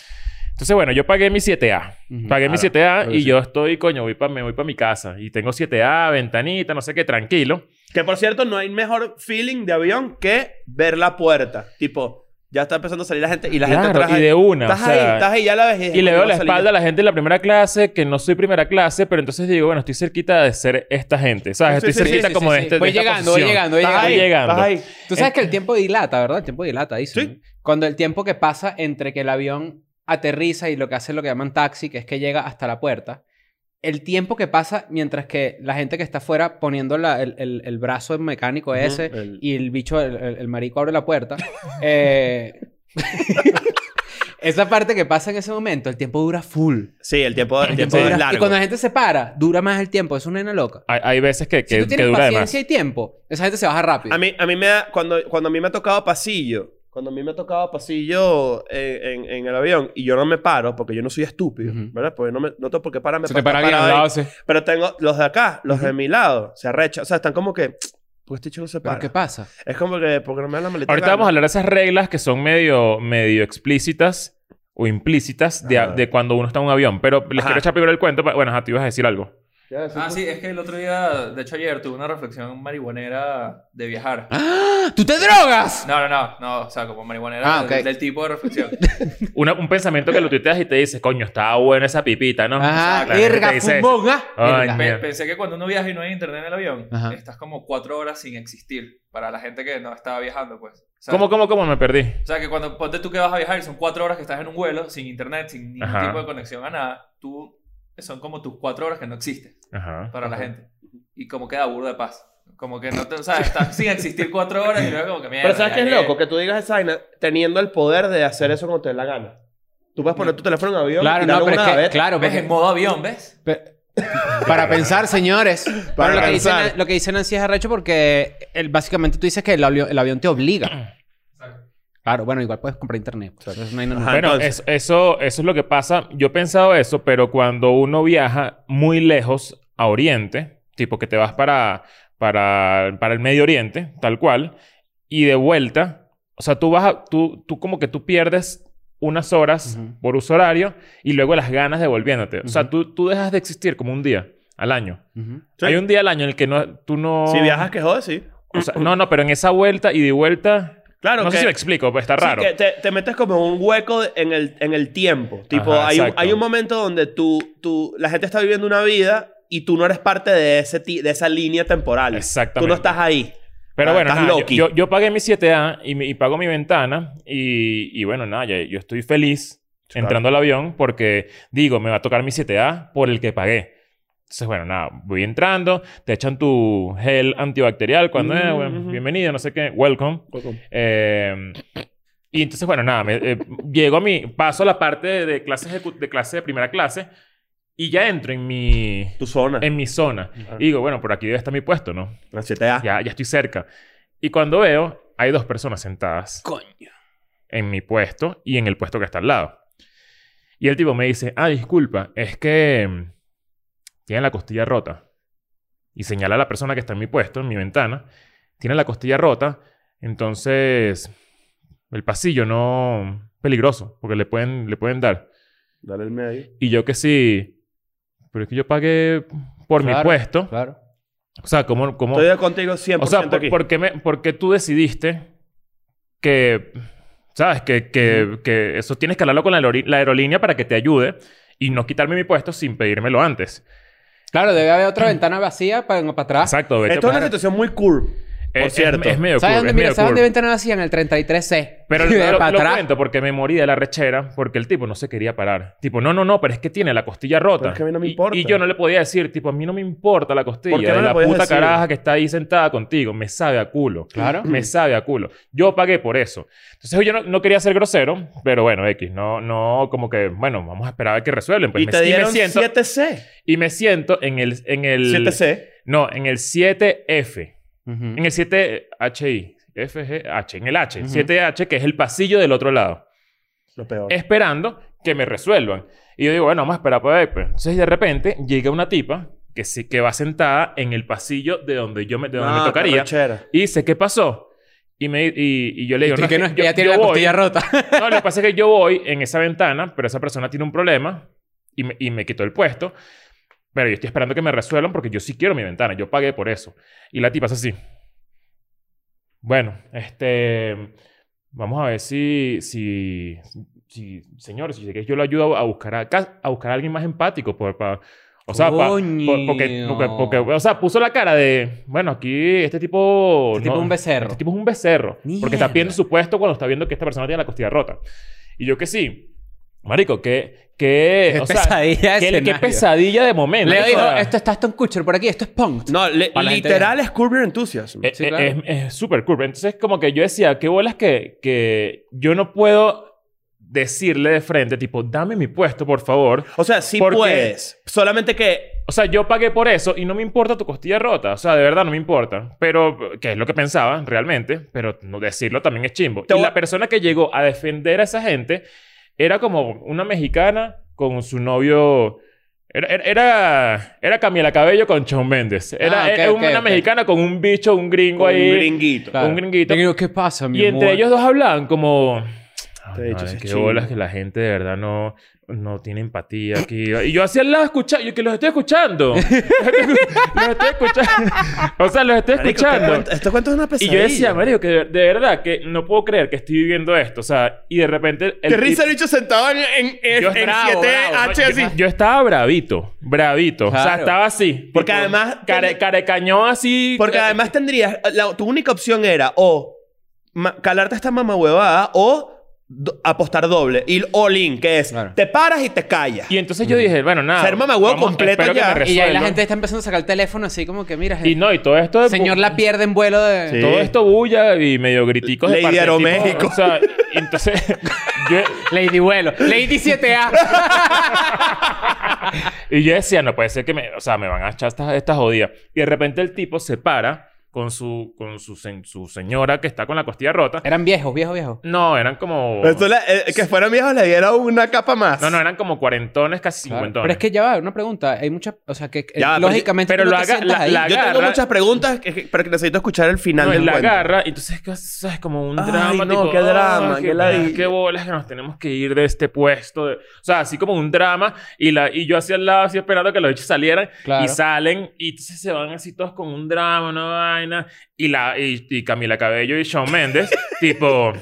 Speaker 2: Entonces, bueno, yo pagué mi 7A.
Speaker 4: Ujú.
Speaker 2: pagué mi
Speaker 3: Claro,
Speaker 2: 7A
Speaker 3: claro que
Speaker 2: y
Speaker 3: sí.
Speaker 2: yo estoy, coño, voy pa, me voy para mi casa. Y tengo 7A, ventanita, no sé qué, tranquilo.
Speaker 3: Que por cierto, no hay mejor feeling de avión que ver la puerta. Tipo, ya está empezando a salir la gente y la gente
Speaker 2: Claro,
Speaker 3: atrás.
Speaker 2: y
Speaker 3: ahí.
Speaker 2: de una,
Speaker 3: Estás
Speaker 2: o sea,
Speaker 3: ahí, estás ahí, ya la ves. dices,
Speaker 2: Y le
Speaker 3: "Coño,
Speaker 2: veo
Speaker 3: va
Speaker 2: la
Speaker 3: a salir
Speaker 2: espalda
Speaker 3: ya".
Speaker 2: a la gente de la primera clase, que no soy primera clase, pero entonces digo, bueno, estoy cerquita de ser esta gente. ¿Sabes?
Speaker 3: Sí,
Speaker 2: Estoy
Speaker 3: sí, sí,
Speaker 2: cerquita
Speaker 4: sí,
Speaker 2: como
Speaker 4: sí,
Speaker 2: de
Speaker 4: sí.
Speaker 2: este.
Speaker 4: Voy
Speaker 2: de esta
Speaker 4: llegando, voy
Speaker 2: posición.
Speaker 4: llegando, voy
Speaker 3: Estás
Speaker 4: llegando.
Speaker 3: ahí,
Speaker 2: Voy llegando.
Speaker 3: estás ahí.
Speaker 4: Tú sabes que el tiempo dilata, ¿verdad? El tiempo dilata, dicen.
Speaker 3: Sí.
Speaker 4: Cuando el tiempo que pasa entre que el avión aterriza y lo que hace lo que llaman taxi, que es que llega hasta la puerta, el tiempo que pasa mientras que la gente que está afuera poniendo la- el, el- el brazo mecánico ese
Speaker 3: el-
Speaker 4: y el bicho, el, el- el marico abre la puerta. eh, esa parte que pasa en ese momento, el tiempo dura full.
Speaker 3: Sí, el tiempo, el
Speaker 2: El tiempo
Speaker 3: tiempo es
Speaker 4: Dura- Y
Speaker 3: largo.
Speaker 4: cuando la gente se para, dura más el tiempo. Es una nena loca.
Speaker 2: Hay, hay veces que, que,
Speaker 4: si tú
Speaker 2: que
Speaker 4: tienes
Speaker 2: dura de más.
Speaker 4: paciencia y tiempo, esa gente se baja rápido.
Speaker 3: A mí, a mí me da, cuando, cuando a mí me ha tocado pasillo, cuando a mí me ha tocado pasillo eh, en, en- en el avión y yo no me paro porque yo no soy estúpido,
Speaker 4: Ujú.
Speaker 3: ¿verdad? Porque no, me, no tengo por qué pararme.
Speaker 4: se
Speaker 3: para
Speaker 4: te para
Speaker 3: estar
Speaker 4: bien al
Speaker 3: parado
Speaker 4: lado
Speaker 3: ahí.
Speaker 4: ese.
Speaker 3: Pero tengo los de acá, los de mi lado, se arrechan. O sea, están como que, pues este chico no se
Speaker 4: ¿Pero
Speaker 3: para.
Speaker 4: qué pasa?
Speaker 3: Es como que, porque no me da la maleta.
Speaker 2: Ahorita
Speaker 3: grande.
Speaker 2: vamos a hablar de esas reglas que son medio, medio explícitas o implícitas de,
Speaker 3: Ajá.
Speaker 2: de cuando uno está en un avión. Pero les
Speaker 3: Ajá.
Speaker 2: quiero echar primero el cuento. pa- Bueno, ajá, tú ibas a decir algo.
Speaker 3: ¿Qué vas a decir
Speaker 5: Ah,
Speaker 3: tú?
Speaker 5: sí, es que el otro día, de hecho ayer, tuve una reflexión marihuanera de viajar.
Speaker 4: ¡Ah! ¡Tú te drogas!
Speaker 5: No, no, no, no, o sea, como marihuanera
Speaker 4: Ah, ok.
Speaker 5: del, del tipo de reflexión.
Speaker 2: Una- un pensamiento que lo tuiteas y te dices, coño, está buena esa pipita, ¿no?
Speaker 4: Ajá,
Speaker 2: O sea, la gente
Speaker 4: Ah, verga,
Speaker 2: te dice,
Speaker 4: fumbón, ah.
Speaker 2: Ay,
Speaker 4: Verga.
Speaker 5: Pe-
Speaker 2: mierda.
Speaker 5: pensé que cuando uno viaja y no hay internet en el avión,
Speaker 4: Ajá.
Speaker 5: estás como cuatro horas sin existir para la gente que no estaba viajando, pues. O sea,
Speaker 2: ¿Cómo, cómo, cómo me perdí?
Speaker 5: O sea, que cuando ponte tú que vas a viajar y son cuatro horas que estás en un vuelo, sin internet, sin ningún
Speaker 2: Ajá.
Speaker 5: tipo de conexión a nada, tú son como tus cuatro horas que no existen
Speaker 2: Ajá.
Speaker 5: para la gente. Y como queda burda de paz. Como que no te, o sea, estás sin existir cuatro horas y luego como que mierda.
Speaker 3: Pero ¿sabes
Speaker 5: ya
Speaker 3: qué es
Speaker 5: llegué.
Speaker 3: loco? Que tú digas esa vaina teniendo el poder de hacer eso cuando te dé la gana. Tú puedes
Speaker 2: Mm.
Speaker 3: poner tu teléfono en avión
Speaker 4: Claro,
Speaker 3: y
Speaker 4: no,
Speaker 3: darle
Speaker 4: pero
Speaker 3: una
Speaker 4: es que,
Speaker 3: gaveta.
Speaker 4: claro,
Speaker 5: ¿Ves? En
Speaker 4: porque-
Speaker 5: modo avión, ¿ves?
Speaker 4: pe- para pensar, señores.
Speaker 3: Para
Speaker 4: Pero lo, que dice,
Speaker 3: pensar.
Speaker 4: Na- lo que dice Nancy es arrecho porque el- básicamente tú dices que el, avio- el avión te obliga. Claro, bueno, igual puedes comprar internet. pues, eso es una vaina
Speaker 3: Ajá.
Speaker 4: normal.
Speaker 2: Bueno,
Speaker 3: entonces.
Speaker 2: es- eso, eso es lo que pasa. Yo he pensado eso, pero cuando uno viaja muy lejos a Oriente, tipo que te vas para, para, para el Medio Oriente, tal cual, y de vuelta, o sea, tú vas a- tú, tú como que tú pierdes unas horas
Speaker 4: Ujú.
Speaker 2: por uso horario y luego las ganas de volviéndote. O sea,
Speaker 4: Ujú.
Speaker 2: tú, tú dejas de existir como un día al año.
Speaker 4: Ujú.
Speaker 3: Sí.
Speaker 2: Hay un día al año en el que no, tú no...
Speaker 3: Si viajas, que jode, sí.
Speaker 2: o sea, no, no, pero en esa vuelta y de vuelta...
Speaker 3: Claro
Speaker 2: no
Speaker 3: que...
Speaker 2: sé si me explico, pues está
Speaker 3: sí,
Speaker 2: raro.
Speaker 3: que te, te metes como en un hueco de- en el, en el tiempo. Tipo,
Speaker 2: Ajá,
Speaker 3: hay, un,
Speaker 2: exacto.
Speaker 3: hay un momento donde tú, tú, la gente está viviendo una vida y tú no eres parte de, ese, ti- de esa línea temporal. Tú
Speaker 2: Exactamente.
Speaker 3: no estás ahí.
Speaker 2: Pero
Speaker 3: Ah,
Speaker 2: bueno,
Speaker 3: estás
Speaker 2: nada, yo-
Speaker 3: Loki.
Speaker 2: yo, yo pagué mi 7A y, mi- y pago mi ventana y, y bueno, nada, ya- yo estoy feliz
Speaker 3: Claro.
Speaker 2: entrando al avión porque digo, me va a tocar mi 7A por el que pagué. Entonces, bueno, nada, voy entrando, te echan tu gel antibacterial cuando, eh,
Speaker 3: Mm,
Speaker 2: bueno,
Speaker 3: ujú.
Speaker 2: bienvenido, no sé qué, welcome. Eh, y entonces, bueno, nada, me, eh, llego a mi, paso a la parte de, de clase, ejecu- de clase de primera clase y ya entro en mi,
Speaker 3: Tu zona.
Speaker 2: en mi zona. Y digo, bueno, por aquí debe estar mi puesto, ¿no?
Speaker 3: La 7A.
Speaker 2: ya, ya estoy cerca. Y cuando veo, hay dos personas sentadas
Speaker 4: Coño.
Speaker 2: en mi puesto y en el puesto que está al lado. Y el tipo me dice, ah, disculpa, es que mm, tiene la costilla rota. Y señala a la persona que está en mi puesto, en mi ventana, tiene la costilla rota, entonces el pasillo no peligroso, porque le pueden, le pueden dar.
Speaker 3: Dale el medio.
Speaker 2: Y yo que sí, pero es que yo pagué por mi
Speaker 4: Claro,
Speaker 2: puesto.
Speaker 4: Claro.
Speaker 2: O sea, ¿cómo, cómo,
Speaker 3: Estoy contigo 100%
Speaker 2: o sea, por,
Speaker 3: aquí.
Speaker 2: ¿por, qué me- por qué tú decidiste que, sabes, que, que, que eso tienes que hablarlo con la, aeroli- la aerolínea para que te ayude y no quitarme mi puesto sin pedírmelo antes?
Speaker 4: Claro, debe haber otra ventana vacía pues, para, para atrás.
Speaker 2: Exacto, vete
Speaker 3: Ah, Esto es
Speaker 2: pa-
Speaker 3: una situación muy cool.
Speaker 2: Es-
Speaker 3: cierto.
Speaker 2: Es, es medio
Speaker 4: ¿Sabes
Speaker 2: cool,
Speaker 4: dónde,
Speaker 2: es
Speaker 4: mira,
Speaker 2: medio
Speaker 4: ¿sabes
Speaker 2: cool.
Speaker 4: dónde ventana vacía? En el 33C.
Speaker 2: Pero
Speaker 4: Y
Speaker 2: lo,
Speaker 4: de
Speaker 2: lo-
Speaker 4: pa'
Speaker 2: lo
Speaker 4: atrás.
Speaker 2: cuento porque me morí de la rechera porque el tipo no se quería parar. Tipo, no, no, no, pero es que tiene la costilla rota.
Speaker 3: Pero es que a mí no me
Speaker 2: Y-
Speaker 3: importa.
Speaker 2: Y, yo no le podía decir, tipo, a mí no me importa la costilla.
Speaker 3: ¿Por qué no
Speaker 2: de
Speaker 3: le
Speaker 2: la
Speaker 3: podías
Speaker 2: puta
Speaker 3: decir?
Speaker 2: caraja que está ahí sentada contigo. Me sabe a culo.
Speaker 4: Claro.
Speaker 2: Me sabe a culo. Yo pagué por eso. Entonces yo no, no quería ser grosero, pero bueno, X. No, no, como que, bueno, vamos a esperar a ver que resuelven. Pues
Speaker 3: y
Speaker 2: me,
Speaker 3: te
Speaker 2: y me
Speaker 3: dieron
Speaker 2: siento,
Speaker 3: 7C.
Speaker 2: y me siento en el, en el...
Speaker 3: 7C.
Speaker 2: No, en el 7F.
Speaker 4: Ujú.
Speaker 2: En el 7HI. FGH. En el H.
Speaker 4: Ujú.
Speaker 2: 7H, que es el pasillo del otro lado
Speaker 3: Lo peor.
Speaker 2: esperando que me resuelvan. Y yo digo, bueno, vamos a esperar para ver. pues. Entonces, de repente, llega una tipa que, se, que va sentada en el pasillo de donde yo me, de donde
Speaker 3: No,
Speaker 2: me
Speaker 4: Ah,
Speaker 3: qué
Speaker 2: tocaría.
Speaker 3: rechera.
Speaker 2: Y dice, ¿qué pasó? Y, me, y, y yo le digo,
Speaker 4: Y
Speaker 2: no,
Speaker 4: que no,
Speaker 2: es que
Speaker 4: que
Speaker 2: yo-
Speaker 4: ya tiene
Speaker 2: yo
Speaker 4: la
Speaker 2: voy".
Speaker 4: costilla rota.
Speaker 2: No, lo que pasa es que yo voy en esa ventana, pero esa persona tiene un problema y me, y me quitó el puesto. Pero yo estoy esperando que me resuelvan porque yo sí quiero mi ventana. Yo pagué por eso. Y la tipa es así. Bueno, este... Vamos a ver si... si, si señores, si que yo lo ayudo a buscar a, ca- a buscar a alguien más empático por, pa- o sea, pa- por-
Speaker 4: Coño.
Speaker 2: porque, porque, porque- o sea, puso la cara de, bueno, aquí este tipo...
Speaker 4: Este tipo es un becerro.
Speaker 2: Este tipo es un becerro. Porque está
Speaker 4: Mierda.
Speaker 2: pidiendo su puesto cuando está viendo que esta persona tiene la costilla rota. Y yo que sí. Marico, que... que
Speaker 4: Qué
Speaker 2: o sea,
Speaker 4: pesadilla de
Speaker 2: qué- qué
Speaker 4: escenario.
Speaker 2: pesadilla de momento.
Speaker 4: Leo
Speaker 2: o
Speaker 4: dijo,
Speaker 2: sea,
Speaker 4: esto está Aston Kutcher por aquí, esto es punk.
Speaker 3: No, le-
Speaker 4: Para la gente-
Speaker 3: literal es Curb Your Enthusiasm.
Speaker 2: eh,
Speaker 4: Sí,
Speaker 2: eh,
Speaker 4: claro.
Speaker 2: Es es súper cool. Entonces, como que yo decía, qué bolas que, que yo no puedo decirle de frente, tipo, dame mi puesto, por favor.
Speaker 3: O sea, sí
Speaker 2: ¿Por qué?
Speaker 3: puedes. Solamente que
Speaker 2: O sea, yo pagué por eso y no me importa tu costilla rota. O sea, de verdad no me importa. Pero, que es lo que pensaba realmente, pero no decirlo también es chimbo.
Speaker 3: Te
Speaker 2: y
Speaker 3: voy-
Speaker 2: la persona que llegó a defender a esa gente era como una mexicana con su novio. Era, era, era, era Camila Cabello con Shawn Mendes. Era,
Speaker 4: Ah, ok,
Speaker 2: era
Speaker 4: ok,
Speaker 2: una
Speaker 4: ok.
Speaker 2: mexicana con un bicho, un gringo
Speaker 3: con
Speaker 2: ahí.
Speaker 3: un gringuito.
Speaker 2: Claro. un gringuito.
Speaker 4: Yo digo, ¿qué pasa, mi
Speaker 2: Y entre
Speaker 4: amor?
Speaker 2: ellos dos hablaban como... "Ay,
Speaker 3: Te he dicho,
Speaker 2: madre,
Speaker 3: Ah, ese es
Speaker 2: qué
Speaker 3: chimbo".
Speaker 2: bolas que la gente de verdad no, no tiene empatía aquí. Y yo hacía al lado escuchar, yo que los estoy escuchando. los estoy escuchando. O sea, los estoy
Speaker 3: Marico, este
Speaker 2: escuchando.
Speaker 3: cuento- Este cuento es una
Speaker 2: Y
Speaker 3: pesadilla.
Speaker 2: yo decía, Mario, que de, de verdad que no puedo creer que estoy viviendo esto. O sea, y de repente. El
Speaker 3: Qué risa
Speaker 2: tip-
Speaker 3: el bicho sentado en, en, en,
Speaker 2: Yo-
Speaker 3: en
Speaker 2: bravo,
Speaker 3: 7H
Speaker 2: bravo, ¿no?
Speaker 3: así.
Speaker 2: Yo- Yo estaba bravito, bravito. O sea,
Speaker 4: Claro.
Speaker 2: estaba así.
Speaker 3: Porque además-
Speaker 2: Care, carecañón así. Eh,
Speaker 3: Porque además tendrías... la- tu única opción era o ma- calarte esta mamahuevada o do- apostar doble. Y all-in, que es
Speaker 4: Claro.
Speaker 3: te paras y te callas.
Speaker 2: Y entonces yo dije, bueno, nada.
Speaker 3: Mm. Ser mamagüevo
Speaker 2: vamos,
Speaker 3: completo
Speaker 2: espero que
Speaker 4: Y
Speaker 2: me
Speaker 3: ya.
Speaker 4: ahí la
Speaker 2: resuelvan.
Speaker 4: gente está empezando a sacar el teléfono así como que, mira,
Speaker 2: Y no, y todo esto... de-
Speaker 4: señor la pierde en vuelo de...
Speaker 3: Sí.
Speaker 2: Todo esto bulla y medio griticos
Speaker 3: Lady
Speaker 2: del tipo,
Speaker 3: Aeroméxico.
Speaker 2: O sea, y entonces... yo,
Speaker 4: Lady Vuelo. Lady 7A.
Speaker 2: y yo decía, no puede ser que me... O sea, me van a echar estas, estas jodidas. Y de repente el tipo se para con su, con su, sen- su señora que está con la costilla rota.
Speaker 4: Eran viejos, viejos, viejos.
Speaker 2: No, eran como...
Speaker 3: Esto le- eh, que fueran viejos le dieron una capa más.
Speaker 2: Oh. No, no, eran como cuarentones, casi
Speaker 4: Claro.
Speaker 2: cincuentones.
Speaker 4: Pero es que ya va, una pregunta. Hay muchas... O sea, que eh,
Speaker 3: Ya va, pero-
Speaker 4: lógicamente
Speaker 2: pero
Speaker 4: tú no
Speaker 2: lo
Speaker 4: te
Speaker 2: haga-
Speaker 4: sientas
Speaker 2: la-
Speaker 4: ahí.
Speaker 2: la-
Speaker 3: Yo tengo
Speaker 2: agarra-
Speaker 3: muchas preguntas, que- que- pero que necesito escuchar el final
Speaker 2: No,
Speaker 3: del
Speaker 2: en la
Speaker 3: cuento.
Speaker 2: garra. Entonces, ¿qué haces? ¿sabes? Como un
Speaker 3: Ay,
Speaker 2: drama.
Speaker 3: no,
Speaker 2: tipo,
Speaker 3: qué
Speaker 2: "Ay,
Speaker 3: drama, qué
Speaker 2: Qué,
Speaker 3: ladilla".
Speaker 2: qué bolas que nos tenemos que ir de este puesto. de- O sea, así como un drama. Y, la, y yo hacia el lado, así esperando que los bichos salieran.
Speaker 4: Claro.
Speaker 2: Y salen. Y entonces se van así todos con un drama, una vaina. Y, la, y, y Camila Cabello y Shawn Mendes, tipo...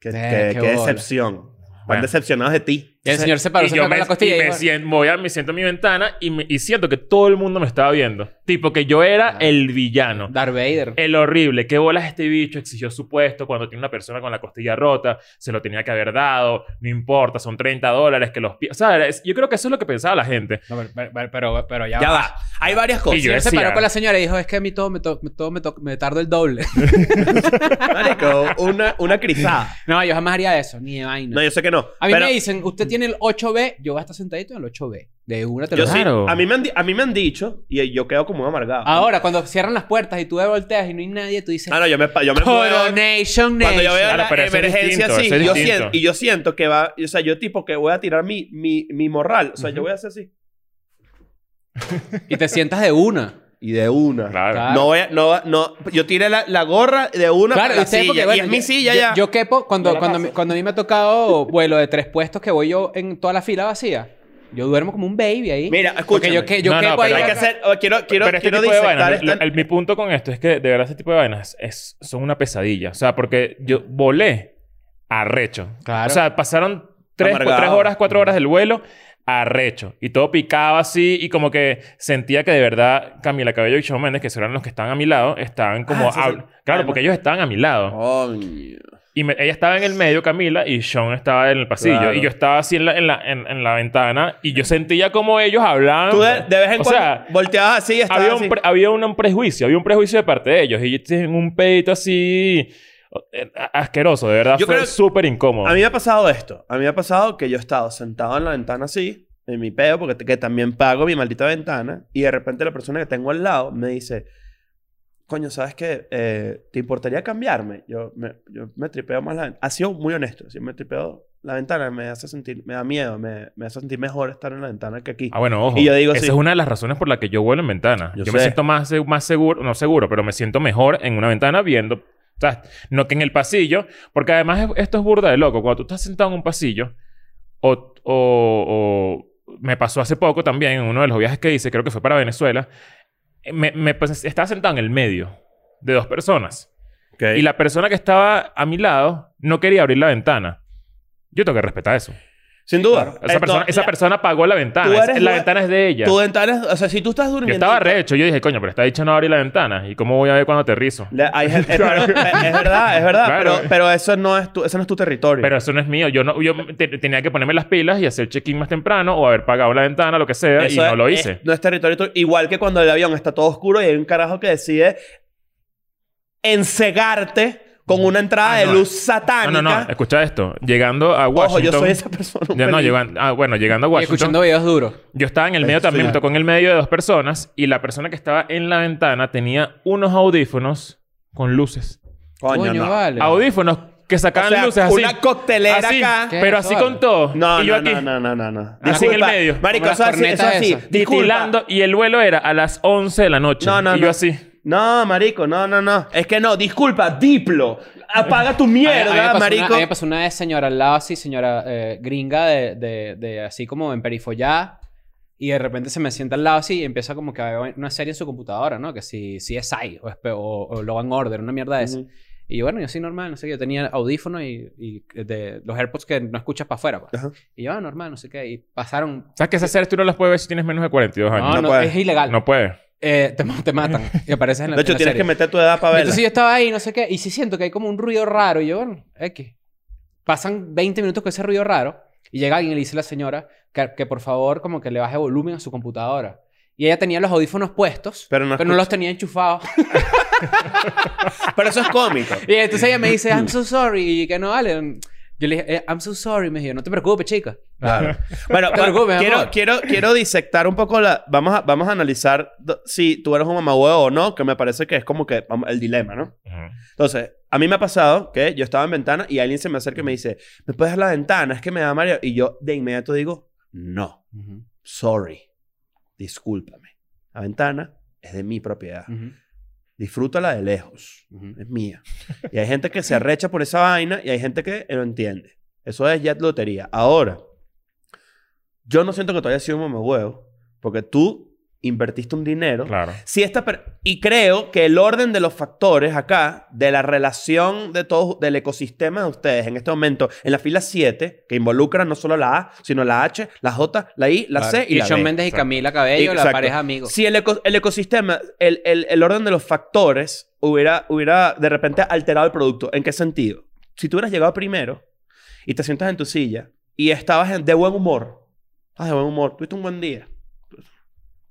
Speaker 3: Qué,
Speaker 4: Eh, qué
Speaker 3: qué- qué
Speaker 4: bola.
Speaker 3: decepción. Están
Speaker 2: Bueno.
Speaker 3: decepcionados de ti.
Speaker 4: Y el señor se paró,
Speaker 2: y
Speaker 4: se
Speaker 2: yo
Speaker 4: sacó
Speaker 2: me,
Speaker 4: la costilla
Speaker 2: y
Speaker 4: y
Speaker 2: me
Speaker 4: dijo-
Speaker 2: siento, voy a, me siento en mi ventana y, me- y siento que todo el mundo me estaba viendo. Tipo que yo era el villano.
Speaker 4: Darth Vader.
Speaker 3: Eh,
Speaker 2: El horrible, qué bolas este bicho exigió su puesto cuando tiene una persona con la costilla rota, se lo tenía que haber dado, no importa, son 30 dólares que los pi- O sea, es- yo creo que eso es lo que pensaba la gente.
Speaker 4: No, pero, pero- pero- pero ya,
Speaker 3: Ya
Speaker 4: va.
Speaker 3: va. Hay varias
Speaker 2: Y
Speaker 3: cosas.
Speaker 2: yo
Speaker 4: Él se
Speaker 2: decía-
Speaker 4: paró con la señora y dijo, es que a mí todo me, to- todo me, to- me tardo el doble.
Speaker 3: Marico, una, una crisada.
Speaker 4: no, yo jamás haría eso, ni de vaina.
Speaker 3: No, yo sé que no.
Speaker 4: a mí
Speaker 3: pero
Speaker 4: me dicen, usted tiene el 8B, yo voy a estar sentadito en el 8B. De una te lo
Speaker 3: yo sí,
Speaker 2: Claro.
Speaker 3: a, mí me han, di- a mí me han dicho y yo quedo como un amargado.
Speaker 4: Ahora, cuando cierran las puertas y tú te volteas y no hay nadie, tú dices,
Speaker 3: Ah, no, yo me, pa- yo me muero.
Speaker 4: Coronation
Speaker 3: Cuando yo veo
Speaker 4: Nation.
Speaker 2: Claro,
Speaker 3: la
Speaker 2: pero eso es
Speaker 3: emergencia
Speaker 2: distinto,
Speaker 3: así,
Speaker 2: eso es
Speaker 3: yo
Speaker 2: distinto.
Speaker 3: siento, y yo siento que va, o sea, yo tipo que voy a tirar mi, mi, mi morral. O sea, yo voy a hacer así.
Speaker 4: Y te sientas de una.
Speaker 3: Y de una.
Speaker 2: Claro.
Speaker 4: Claro.
Speaker 3: No voy a, no, no, yo tiré la, la gorra de una
Speaker 4: Claro,
Speaker 3: para la
Speaker 4: ustedes
Speaker 3: silla.
Speaker 4: porque,
Speaker 3: y
Speaker 4: bueno,
Speaker 3: es mi
Speaker 4: yo-
Speaker 3: silla
Speaker 4: yo-
Speaker 3: ya.
Speaker 4: Yo quepo,
Speaker 3: Me
Speaker 4: cuando,
Speaker 3: la
Speaker 4: cuando,
Speaker 3: paso.
Speaker 4: me- cuando a mí me ha tocado vuelo de tres puestos que voy yo en toda la fila vacía, yo duermo como un baby ahí.
Speaker 3: Mira,
Speaker 4: Porque
Speaker 3: escúchame.
Speaker 4: yo, que, yo
Speaker 2: No, no,
Speaker 4: quepo
Speaker 2: pero
Speaker 4: ahí.
Speaker 3: hay que
Speaker 4: acá.
Speaker 3: hacer, oh, quiero, quiero,
Speaker 2: Pero este
Speaker 3: quiero
Speaker 2: tipo de
Speaker 3: disectar
Speaker 2: vainas,
Speaker 3: esta-
Speaker 2: lo- el- mi punto con esto es que de verdad este tipo de vainas es, son una pesadilla. O sea, porque yo volé arrecho.
Speaker 4: Claro.
Speaker 2: O sea, pasaron tres,
Speaker 3: Amargado.
Speaker 2: tres horas, cuatro horas del vuelo arrecho. Y todo picaba así y como que sentía que de verdad Camila Cabello y Shawn Mendes, que eran los que estaban a mi lado, estaban como...
Speaker 3: Ah, Oh. sí, sí.
Speaker 2: hab- Claro, porque ellos estaban a mi lado.
Speaker 3: Coño.
Speaker 2: Y me- ella estaba en el medio, Camila, y Sean estaba en el pasillo.
Speaker 3: Claro.
Speaker 2: Y yo estaba así en la, en, la, en, en la ventana y yo sentía como ellos hablaban.
Speaker 3: Tú de, de vez en
Speaker 2: o
Speaker 3: cuando
Speaker 2: sea,
Speaker 3: volteabas así y estabas
Speaker 2: había,
Speaker 3: así.
Speaker 2: un pre- había un, un prejuicio, había un prejuicio de parte de ellos. Y ellos tienen un pedito así eh, asqueroso, de verdad.
Speaker 3: Yo
Speaker 2: fue
Speaker 3: creo-
Speaker 2: súper incómodo.
Speaker 3: A mí me ha pasado esto. A mí me ha pasado que yo he estado sentado en la ventana así, en mi peo, porque que también pago mi maldita ventana, y de repente la persona que tengo al lado me dice, coño, ¿sabes qué? Eh, ¿Te importaría cambiarme? Yo me, yo me tripeo más la ventana. Ha sido muy honesto. Si me tripeo la ventana, me hace sentir, me da miedo, me, me hace sentir mejor estar en la ventana que aquí.
Speaker 2: Ah, bueno, ojo.
Speaker 3: Y yo digo
Speaker 2: Esa
Speaker 3: sí.
Speaker 2: es una de las razones por la que yo vuelo en ventana.
Speaker 3: Yo
Speaker 2: Yo, me
Speaker 3: sé.
Speaker 2: siento más, se- más seguro, no seguro, pero me siento mejor en una ventana viendo. O sea, no que en el pasillo, porque además es- esto es burda de loco. Cuando tú estás sentado en un pasillo, o, o- o- me pasó hace poco también en uno de los viajes que hice, creo que fue para Venezuela, me, me pues, estaba sentado en el medio de dos personas.
Speaker 3: Ok.
Speaker 2: Y la persona que estaba a mi lado no quería abrir la ventana. Yo tengo que respetar eso.
Speaker 3: Sin duda.
Speaker 2: Esa,
Speaker 3: Esto-
Speaker 2: persona, esa
Speaker 3: la-
Speaker 2: persona pagó la ventana.
Speaker 3: Tú
Speaker 2: Es-
Speaker 3: eres
Speaker 2: la
Speaker 3: la-
Speaker 2: ventana es de ella.
Speaker 3: Tu ventana, es- o sea, si tú estás
Speaker 2: Yo
Speaker 3: durmiendo...
Speaker 2: estaba recho. Yo dije, coño, pero está dicho no abrir la ventana. ¿Y cómo voy a ver cuando aterrizo?
Speaker 3: La- hay gente- es, es verdad, es verdad,
Speaker 2: Claro.
Speaker 3: pero, pero eso no es tu, eso no es tu territorio.
Speaker 2: Pero eso no es mío. Yo no, yo te- tenía que ponerme las pilas y hacer check-in más temprano o haber pagado la ventana, lo que sea, y
Speaker 3: Eso
Speaker 2: no
Speaker 3: es-
Speaker 2: lo hice.
Speaker 3: es- no es territorio. tu- Igual que cuando el avión está todo oscuro y hay un carajo que decide encegarte con una entrada de
Speaker 2: Ah, no.
Speaker 3: luz
Speaker 2: no, no,
Speaker 3: satánica.
Speaker 2: no. Escucha esto. Llegando a
Speaker 3: Ojo,
Speaker 2: Washington.
Speaker 3: yo soy esa persona. un
Speaker 2: Ya no,
Speaker 3: peligro.
Speaker 2: llegando, ah, bueno, llegando a
Speaker 4: Y
Speaker 2: Washington.
Speaker 4: escuchando videos duros.
Speaker 2: Yo estaba en el medio
Speaker 3: Eso
Speaker 2: también,
Speaker 3: ya.
Speaker 2: me tocó en el medio de dos personas y la persona que estaba en la ventana tenía unos audífonos con luces.
Speaker 3: Coño,
Speaker 4: Coño,
Speaker 3: no.
Speaker 4: vale.
Speaker 2: Audífonos que sacaban
Speaker 3: O sea,
Speaker 2: luces así.
Speaker 3: una coctelera
Speaker 2: Así,
Speaker 3: acá.
Speaker 4: ¿Qué?
Speaker 2: Pero así
Speaker 4: Vale.
Speaker 2: con todo.
Speaker 3: No,
Speaker 2: y yo
Speaker 3: no,
Speaker 2: aquí
Speaker 3: no, no, no, no, no.
Speaker 2: Así en el
Speaker 3: Disculpa.
Speaker 2: medio.
Speaker 3: Marico,
Speaker 4: Como
Speaker 3: eso
Speaker 4: las
Speaker 3: así, eso
Speaker 4: cornetas
Speaker 3: así.
Speaker 4: esas.
Speaker 2: titilando
Speaker 3: Disculpa.
Speaker 2: y el vuelo era a las 11 de la noche.
Speaker 3: No, no,
Speaker 2: y
Speaker 3: no.
Speaker 2: yo así.
Speaker 3: No, marico, no, no, no. Es que no, disculpa, diplo. Apaga tu
Speaker 4: A mí- a mí me
Speaker 3: mierda,
Speaker 4: pasó una-
Speaker 3: marico.
Speaker 4: a mí me pasó una vez señora al lado así, señora eh, gringa, de, de, de así como emperifollada. Y de repente se me sienta al lado así y empieza como que a ver una serie en su computadora, ¿no? Que si, si es I o, es pe- o, o Law and Order, una mierda de esa.
Speaker 3: Ujú.
Speaker 4: Y yo, bueno, yo soy normal, no sé qué. Yo tenía audífonos y, y de los AirPods que no escuchas para afuera, pues.
Speaker 3: Ajá.
Speaker 4: Y yo, ah, normal, no sé qué. Y pasaron...
Speaker 2: ¿Sabes que esas series tú no las puedes ver si tienes menos de 42
Speaker 4: No,
Speaker 2: años?
Speaker 4: no,
Speaker 3: no puedes.
Speaker 4: es ilegal.
Speaker 2: No puedes.
Speaker 4: Eh, te, ma- te matan. Y apareces en la
Speaker 3: De hecho,
Speaker 4: en la
Speaker 3: tienes
Speaker 4: serie.
Speaker 3: que meter tu edad para verla.
Speaker 4: Entonces yo estaba ahí, no sé qué, y sí siento que hay como un ruido raro. Y yo, bueno, X. Pasan 20 minutos con ese ruido raro, y llega alguien y le dice a la señora que, que por favor, como que le baje volumen a su computadora. Y ella tenía los audífonos puestos,
Speaker 3: Pero
Speaker 4: pero
Speaker 3: no
Speaker 4: no,
Speaker 3: escucha.
Speaker 4: los tenía enchufados.
Speaker 3: Pero eso es cómico.
Speaker 4: y entonces ella me dice, I'm so sorry, y que no vale. Yo le dije, "Eh, I'm so sorry, me dijo, no te preocupes, chica.
Speaker 3: Claro. Bueno,
Speaker 4: Te
Speaker 3: va-
Speaker 4: preocupes,
Speaker 3: quiero,
Speaker 4: amor.
Speaker 3: quiero, quiero disectar un poco la... Vamos a, vamos a analizar do- si tú eres un mamahuevo o no, que me parece que es como que vamos, el dilema, ¿no? Entonces, a mí me ha pasado que yo estaba en ventana y alguien se me acerca y me dice, ¿me puedes dejar la ventana? Es que me da mareo. Y yo de inmediato digo, no, sorry, discúlpame. La ventana es de mi propiedad.
Speaker 4: Ujú,
Speaker 3: Disfrútala de lejos.
Speaker 4: ujú.
Speaker 3: Es mía. Y hay gente que se arrecha por esa vaina y hay gente que lo entiende. Eso es ya lotería. Ahora, yo no siento que tú hayas sido un mamahuevo porque tú invertiste un dinero.
Speaker 2: Claro.
Speaker 3: Si esta per- y creo que el orden de los factores acá, de la relación de todos, del ecosistema de ustedes en este momento, en la fila 7, que involucra no solo la A, sino la H, la J, la I, la
Speaker 4: Claro.
Speaker 3: C y, la
Speaker 4: Shawn
Speaker 3: B.
Speaker 4: Mendes y Camila Cabello, la
Speaker 3: Exacto.
Speaker 4: pareja amigo.
Speaker 3: Si el, eco- el ecosistema, el, el- el orden de los factores hubiera, hubiera de repente alterado el producto, ¿en qué sentido? Si tú hubieras llegado primero y te sientas en tu silla y estabas en- de buen humor, estás de buen humor, tuviste un buen día,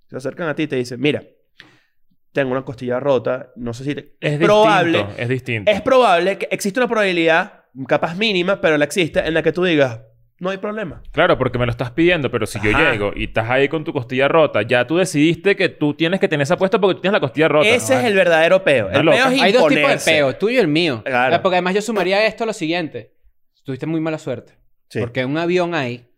Speaker 3: se acercan a ti y te dicen, mira, tengo una costilla rota, no sé si te-
Speaker 2: Es,
Speaker 3: es probable,
Speaker 2: distinto. Es distinto.
Speaker 3: es probable que existe una probabilidad, capaz mínima, pero la existe, en la que tú digas, no hay problema.
Speaker 2: Claro, porque me lo estás pidiendo, pero si yo
Speaker 3: Ajá.
Speaker 2: llego y estás ahí con tu costilla rota, ya tú decidiste que tú tienes que tener esa apuesta porque tú tienes la costilla rota.
Speaker 3: Ese es el verdadero peo.
Speaker 2: Una
Speaker 3: El peo
Speaker 2: loca.
Speaker 3: es
Speaker 4: Hay dos tipos de
Speaker 3: imponerse.
Speaker 4: peo, tuyo y el mío.
Speaker 3: Claro.
Speaker 4: Eh, Porque además yo sumaría esto a lo siguiente. Tuviste muy mala suerte.
Speaker 3: Sí.
Speaker 4: Porque en un avión hay,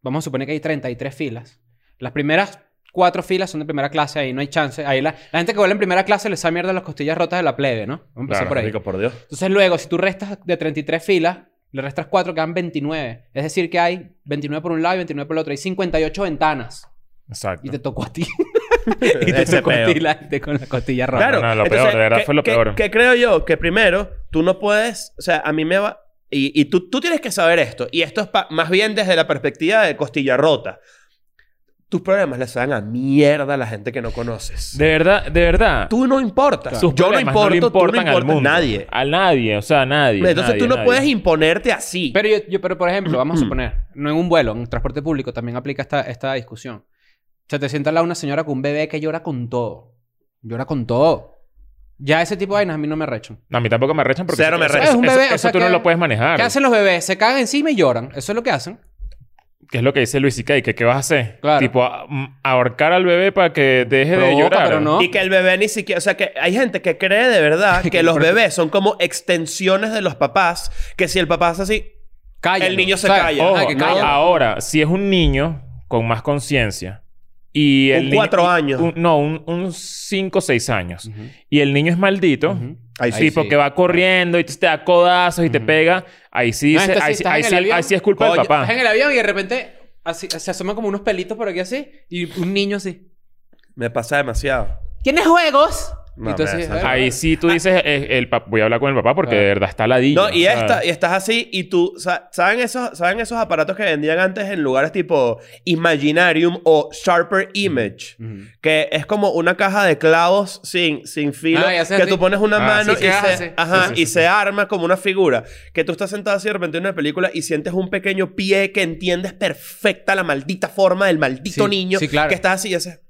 Speaker 4: vamos a suponer que hay 33 filas. Las primeras cuatro filas son de primera clase, ahí no hay chance. Ahí la, la gente que vuela en primera clase les da mierda las costillas rotas de la plebe, ¿no? Vamos a empezar
Speaker 2: Claro,
Speaker 4: por ahí.
Speaker 3: Marico, por Dios.
Speaker 4: Entonces luego, si tú restas de 33 filas, le restas 4, quedan 29. Es decir, que hay 29 por un lado y 29 por el otro. Hay 58 ventanas. Y
Speaker 2: Exacto.
Speaker 4: te tocó a ti. y te
Speaker 3: Ese
Speaker 4: tocó a
Speaker 3: peo.
Speaker 4: ti la gente con la costilla rota.
Speaker 3: Claro.
Speaker 2: no, lo peor, de verdad
Speaker 3: que-
Speaker 2: fue lo
Speaker 3: que-
Speaker 2: peor.
Speaker 3: Que creo yo que primero, tú no puedes, o sea, a mí me va, Y, y tú, tú tienes que saber esto. Y esto es pa- más bien desde la perspectiva de costilla rota. Tus problemas le saben a mierda a la gente que no conoces.
Speaker 2: De verdad, de verdad.
Speaker 3: Tú no importas.
Speaker 2: Sus
Speaker 3: Yo no
Speaker 2: problemas
Speaker 3: importo,
Speaker 2: le
Speaker 3: tú no
Speaker 2: importan al
Speaker 3: importas
Speaker 2: mundo.
Speaker 3: nadie.
Speaker 2: A nadie, o sea, a nadie.
Speaker 3: Entonces
Speaker 2: nadie,
Speaker 3: tú no
Speaker 2: nadie.
Speaker 3: puedes imponerte así.
Speaker 4: Pero, yo, yo- pero por ejemplo, vamos a suponer, no en un vuelo, en transporte público también aplica esta, esta discusión. O sea, te sienta al lado una señora con un bebé que llora con todo. Llora con todo. Ya ese tipo de vainas a mí no me rechan.
Speaker 2: No, a mí tampoco me rechan porque...
Speaker 3: Cero me
Speaker 2: eso-
Speaker 3: rechan.
Speaker 2: eso-
Speaker 4: Es un
Speaker 2: eso-
Speaker 4: bebé,
Speaker 2: eso
Speaker 4: o sea,
Speaker 2: tú no
Speaker 4: que-
Speaker 2: lo puedes manejar.
Speaker 4: ¿Qué hacen los bebés? Se cagan encima y lloran. Eso es lo que hacen.
Speaker 2: Que es lo que dice Luis Ikay, que qué vas a hacer.
Speaker 4: Claro.
Speaker 2: Tipo, a- mm, ahorcar al bebé para que deje de
Speaker 4: Provoca,
Speaker 2: llorar.
Speaker 4: pero no.
Speaker 3: Y que el bebé ni siquiera... O sea, que hay gente que cree de verdad que los bebés son como extensiones de los papás. Que si el papá hace así...
Speaker 4: Cállalo.
Speaker 3: El niño se
Speaker 4: ¿sabes?
Speaker 3: calla.
Speaker 2: Ojo,
Speaker 4: Ajá, que
Speaker 2: no,
Speaker 4: cállalo.
Speaker 2: ahora, si es un niño con más conciencia y
Speaker 3: Con
Speaker 2: el niño-
Speaker 3: cuatro
Speaker 2: un-
Speaker 3: años.
Speaker 2: un- no, un, un cinco o seis años.
Speaker 4: Ujú.
Speaker 2: Y el niño es maldito.
Speaker 4: Ujú.
Speaker 3: Ahí
Speaker 2: Sí,
Speaker 4: sí.
Speaker 2: porque va corriendo y te da codazos y te pega. Ahí sí,
Speaker 4: No,
Speaker 2: dice-
Speaker 4: entonces,
Speaker 2: ahí,
Speaker 4: este
Speaker 2: sí-
Speaker 4: estás
Speaker 2: ahí
Speaker 4: en
Speaker 2: sí-
Speaker 4: el avión.
Speaker 2: ahí sí es culpa
Speaker 3: Coño,
Speaker 2: del papá.
Speaker 4: Estás en el avión y de repente así, se asoman como unos pelitos por aquí así y un niño así.
Speaker 3: Me pasa demasiado.
Speaker 4: ¿Tienes juegos? y
Speaker 3: No,
Speaker 4: tú
Speaker 3: me
Speaker 4: así,
Speaker 3: desastre.
Speaker 2: Ahí sí
Speaker 4: Ah.
Speaker 2: tú dices, eh, el pap- voy a hablar con el papá porque
Speaker 4: Claro.
Speaker 2: de verdad está ladillo.
Speaker 3: No, y,
Speaker 2: o sea,
Speaker 3: esta, y estás así y tú... sa- ¿saben, esos, ¿Saben esos aparatos que vendían antes en lugares tipo Imaginarium o Sharper
Speaker 2: Mm.
Speaker 3: Image?
Speaker 4: Ujú.
Speaker 3: Que es como una caja de clavos sin, sin filo.
Speaker 4: Ah, y haces
Speaker 3: que
Speaker 4: así.
Speaker 3: tú pones una
Speaker 2: Ah,
Speaker 3: mano
Speaker 4: sí,
Speaker 3: y,
Speaker 4: que haces
Speaker 3: se,
Speaker 4: así.
Speaker 3: ajá,
Speaker 2: Sí, sí,
Speaker 3: y
Speaker 2: sí,
Speaker 3: se arma como una figura. Que tú estás sentado así de repente en una película y sientes un pequeño pie que entiendes perfecta la maldita forma del maldito
Speaker 4: Sí,
Speaker 3: niño.
Speaker 4: sí, claro.
Speaker 3: Que estás así y haces...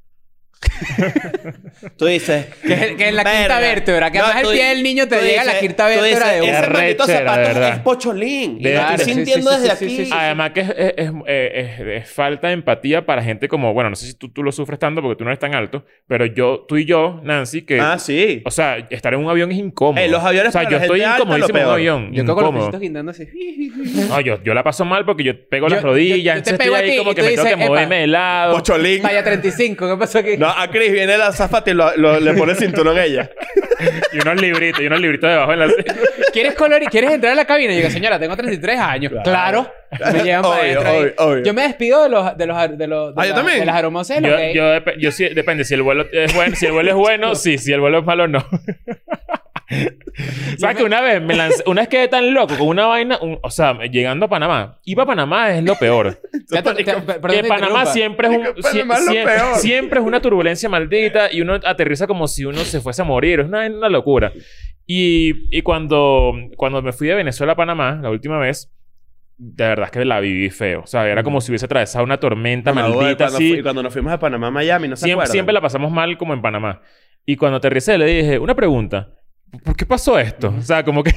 Speaker 3: tú dices...
Speaker 4: Que es- que es la
Speaker 3: "Verga".
Speaker 4: quinta vértebra, que además el
Speaker 3: tú
Speaker 4: pie
Speaker 3: di-
Speaker 4: del niño te
Speaker 3: tú
Speaker 4: llega a la
Speaker 3: dices-
Speaker 4: quinta
Speaker 3: tú
Speaker 4: vértebra
Speaker 3: dices,
Speaker 4: de una.
Speaker 3: Ese maldito
Speaker 2: Arrechera, de
Speaker 3: zapato es
Speaker 2: verdad.
Speaker 3: pocholín. Y lo
Speaker 2: Claro,
Speaker 3: estoy
Speaker 4: sí, sí,
Speaker 3: sintiendo
Speaker 4: sí, sí,
Speaker 3: desde
Speaker 4: sí,
Speaker 3: aquí.
Speaker 4: sí, sí.
Speaker 2: Además que es, es- es- eh, es- es falta de empatía para gente como... Bueno, no sé si tú, tú lo sufres tanto porque tú no eres tan alto. Pero yo, tú y yo, Nancy, que...
Speaker 3: Ah, sí.
Speaker 2: O sea, estar en un avión es incómodo.
Speaker 3: Eh, los aviones
Speaker 2: O sea,
Speaker 3: para
Speaker 2: yo
Speaker 3: la
Speaker 2: estoy
Speaker 3: gente alta,
Speaker 2: incomodísimo
Speaker 3: lo
Speaker 2: en un
Speaker 3: peor.
Speaker 2: avión.
Speaker 4: Yo toco los
Speaker 2: incómodo.
Speaker 4: pisitos guindando así.
Speaker 2: No, yo, yo la paso mal porque yo pego las
Speaker 4: Yo-
Speaker 2: rodillas.
Speaker 4: yo- yo te
Speaker 2: entonces
Speaker 4: pego
Speaker 2: estoy
Speaker 4: a ti
Speaker 2: ahí como
Speaker 4: y
Speaker 2: que
Speaker 4: tú
Speaker 2: me tengo que
Speaker 4: dices, "Epa".
Speaker 2: moverme de lado.
Speaker 3: Pocholín.
Speaker 4: Talla 35, ¿qué pasó aquí?
Speaker 3: No, a Chris viene la azafata y lo- lo- le pone el cinturón a ella.
Speaker 2: Y unos libritos, y unos libritos debajo en la...
Speaker 4: ¿Quieres color y quieres entrar a la cabina? Y yo, señora, tengo 33 años. Claro. Me llevan para
Speaker 3: Obvio,
Speaker 4: adentro ahí.
Speaker 3: obvio, obvio.
Speaker 4: Yo me despido de los de los ar- de los de,
Speaker 3: Ah, yo también.
Speaker 4: de las aromas
Speaker 2: Yo, yo, dep- yo sí- depende. Si el vuelo es bueno, si el vuelo es bueno, sí. Si el vuelo es malo, no. ¿Sabes que una vez me lancé, una vez quedé tan loco con una vaina, un- o sea, llegando a Panamá, iba a Panamá es lo peor. que Panamá siempre es un,
Speaker 3: Marico, Panamá
Speaker 2: sie-
Speaker 3: es lo
Speaker 2: siempre-
Speaker 3: peor.
Speaker 2: siempre es una turbulencia maldita y uno aterriza como si uno se fuese a morir, es una, una locura. Y, y cuando, cuando me fui de Venezuela a Panamá la última vez, de verdad es que la viví feo. O sea, era como si hubiese atravesado una tormenta
Speaker 3: Mamá, güey,
Speaker 2: maldita
Speaker 3: cuando,
Speaker 2: así.
Speaker 3: fui- cuando nos fuimos a Panamá, Miami, no se
Speaker 2: Siem-
Speaker 3: acuerdan.
Speaker 2: siempre la pasamos mal como en Panamá. Y cuando aterricé le dije, una pregunta. ¿Por qué pasó esto? O sea, como que...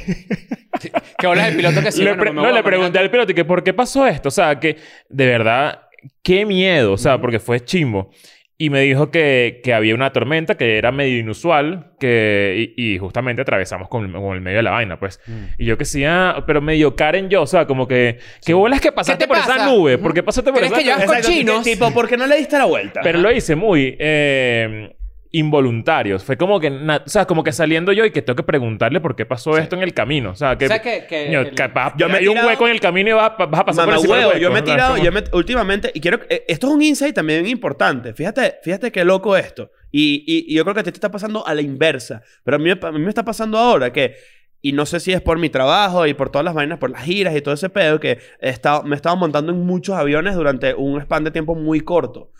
Speaker 4: Que hablas del piloto que sí,
Speaker 2: le
Speaker 4: bueno,
Speaker 2: pre-
Speaker 4: me
Speaker 2: no,
Speaker 4: voy a
Speaker 2: le pregunté
Speaker 4: manejar.
Speaker 2: al piloto y que ¿por qué pasó esto? O sea, que de verdad, qué miedo. O sea, porque fue chimbo. Y me dijo que, que había una tormenta que era medio inusual que, y, y justamente atravesamos con, con el medio de la vaina, pues.
Speaker 4: Mm.
Speaker 2: Y yo que sí, ah, pero medio Karen yo, o sea, como que... ¿Qué bolas que pasaste
Speaker 4: te
Speaker 2: por esa
Speaker 4: pasa?
Speaker 2: nube?
Speaker 4: Ujú.
Speaker 2: ¿Por qué pasaste por
Speaker 4: ¿Crees
Speaker 2: esa
Speaker 4: que yo-
Speaker 2: nube?
Speaker 3: Exacto,
Speaker 4: cochinos.
Speaker 3: Tipo, ¿por qué no le diste la vuelta?
Speaker 2: Pero lo hice muy eh, involuntario. Fue como que, na- o sea, como que saliendo yo y que tengo que preguntarle por qué pasó esto en el camino. O sea, que,
Speaker 4: O sea, que- que
Speaker 2: Coño,
Speaker 4: el-
Speaker 2: capaz
Speaker 3: Yo me he
Speaker 2: hay un
Speaker 3: tirado-
Speaker 2: hueco en el camino y vas, a- vas a pasar por
Speaker 3: Mamá
Speaker 2: encima del
Speaker 3: huevo,
Speaker 2: hueco.
Speaker 3: yo me he
Speaker 2: O sea,
Speaker 3: tirado,
Speaker 2: como-
Speaker 3: yo me, últimamente, y quiero, eh, esto es un insight también importante. Fíjate, fíjate qué loco esto. Y, y- y yo creo que a ti te está pasando a la inversa. Pero a mí, me- a mí me está pasando ahora que, y no sé si es por mi trabajo y por todas las vainas, por las giras y todo ese pedo, que he estado, me he estado montando en muchos aviones durante un span de tiempo muy corto.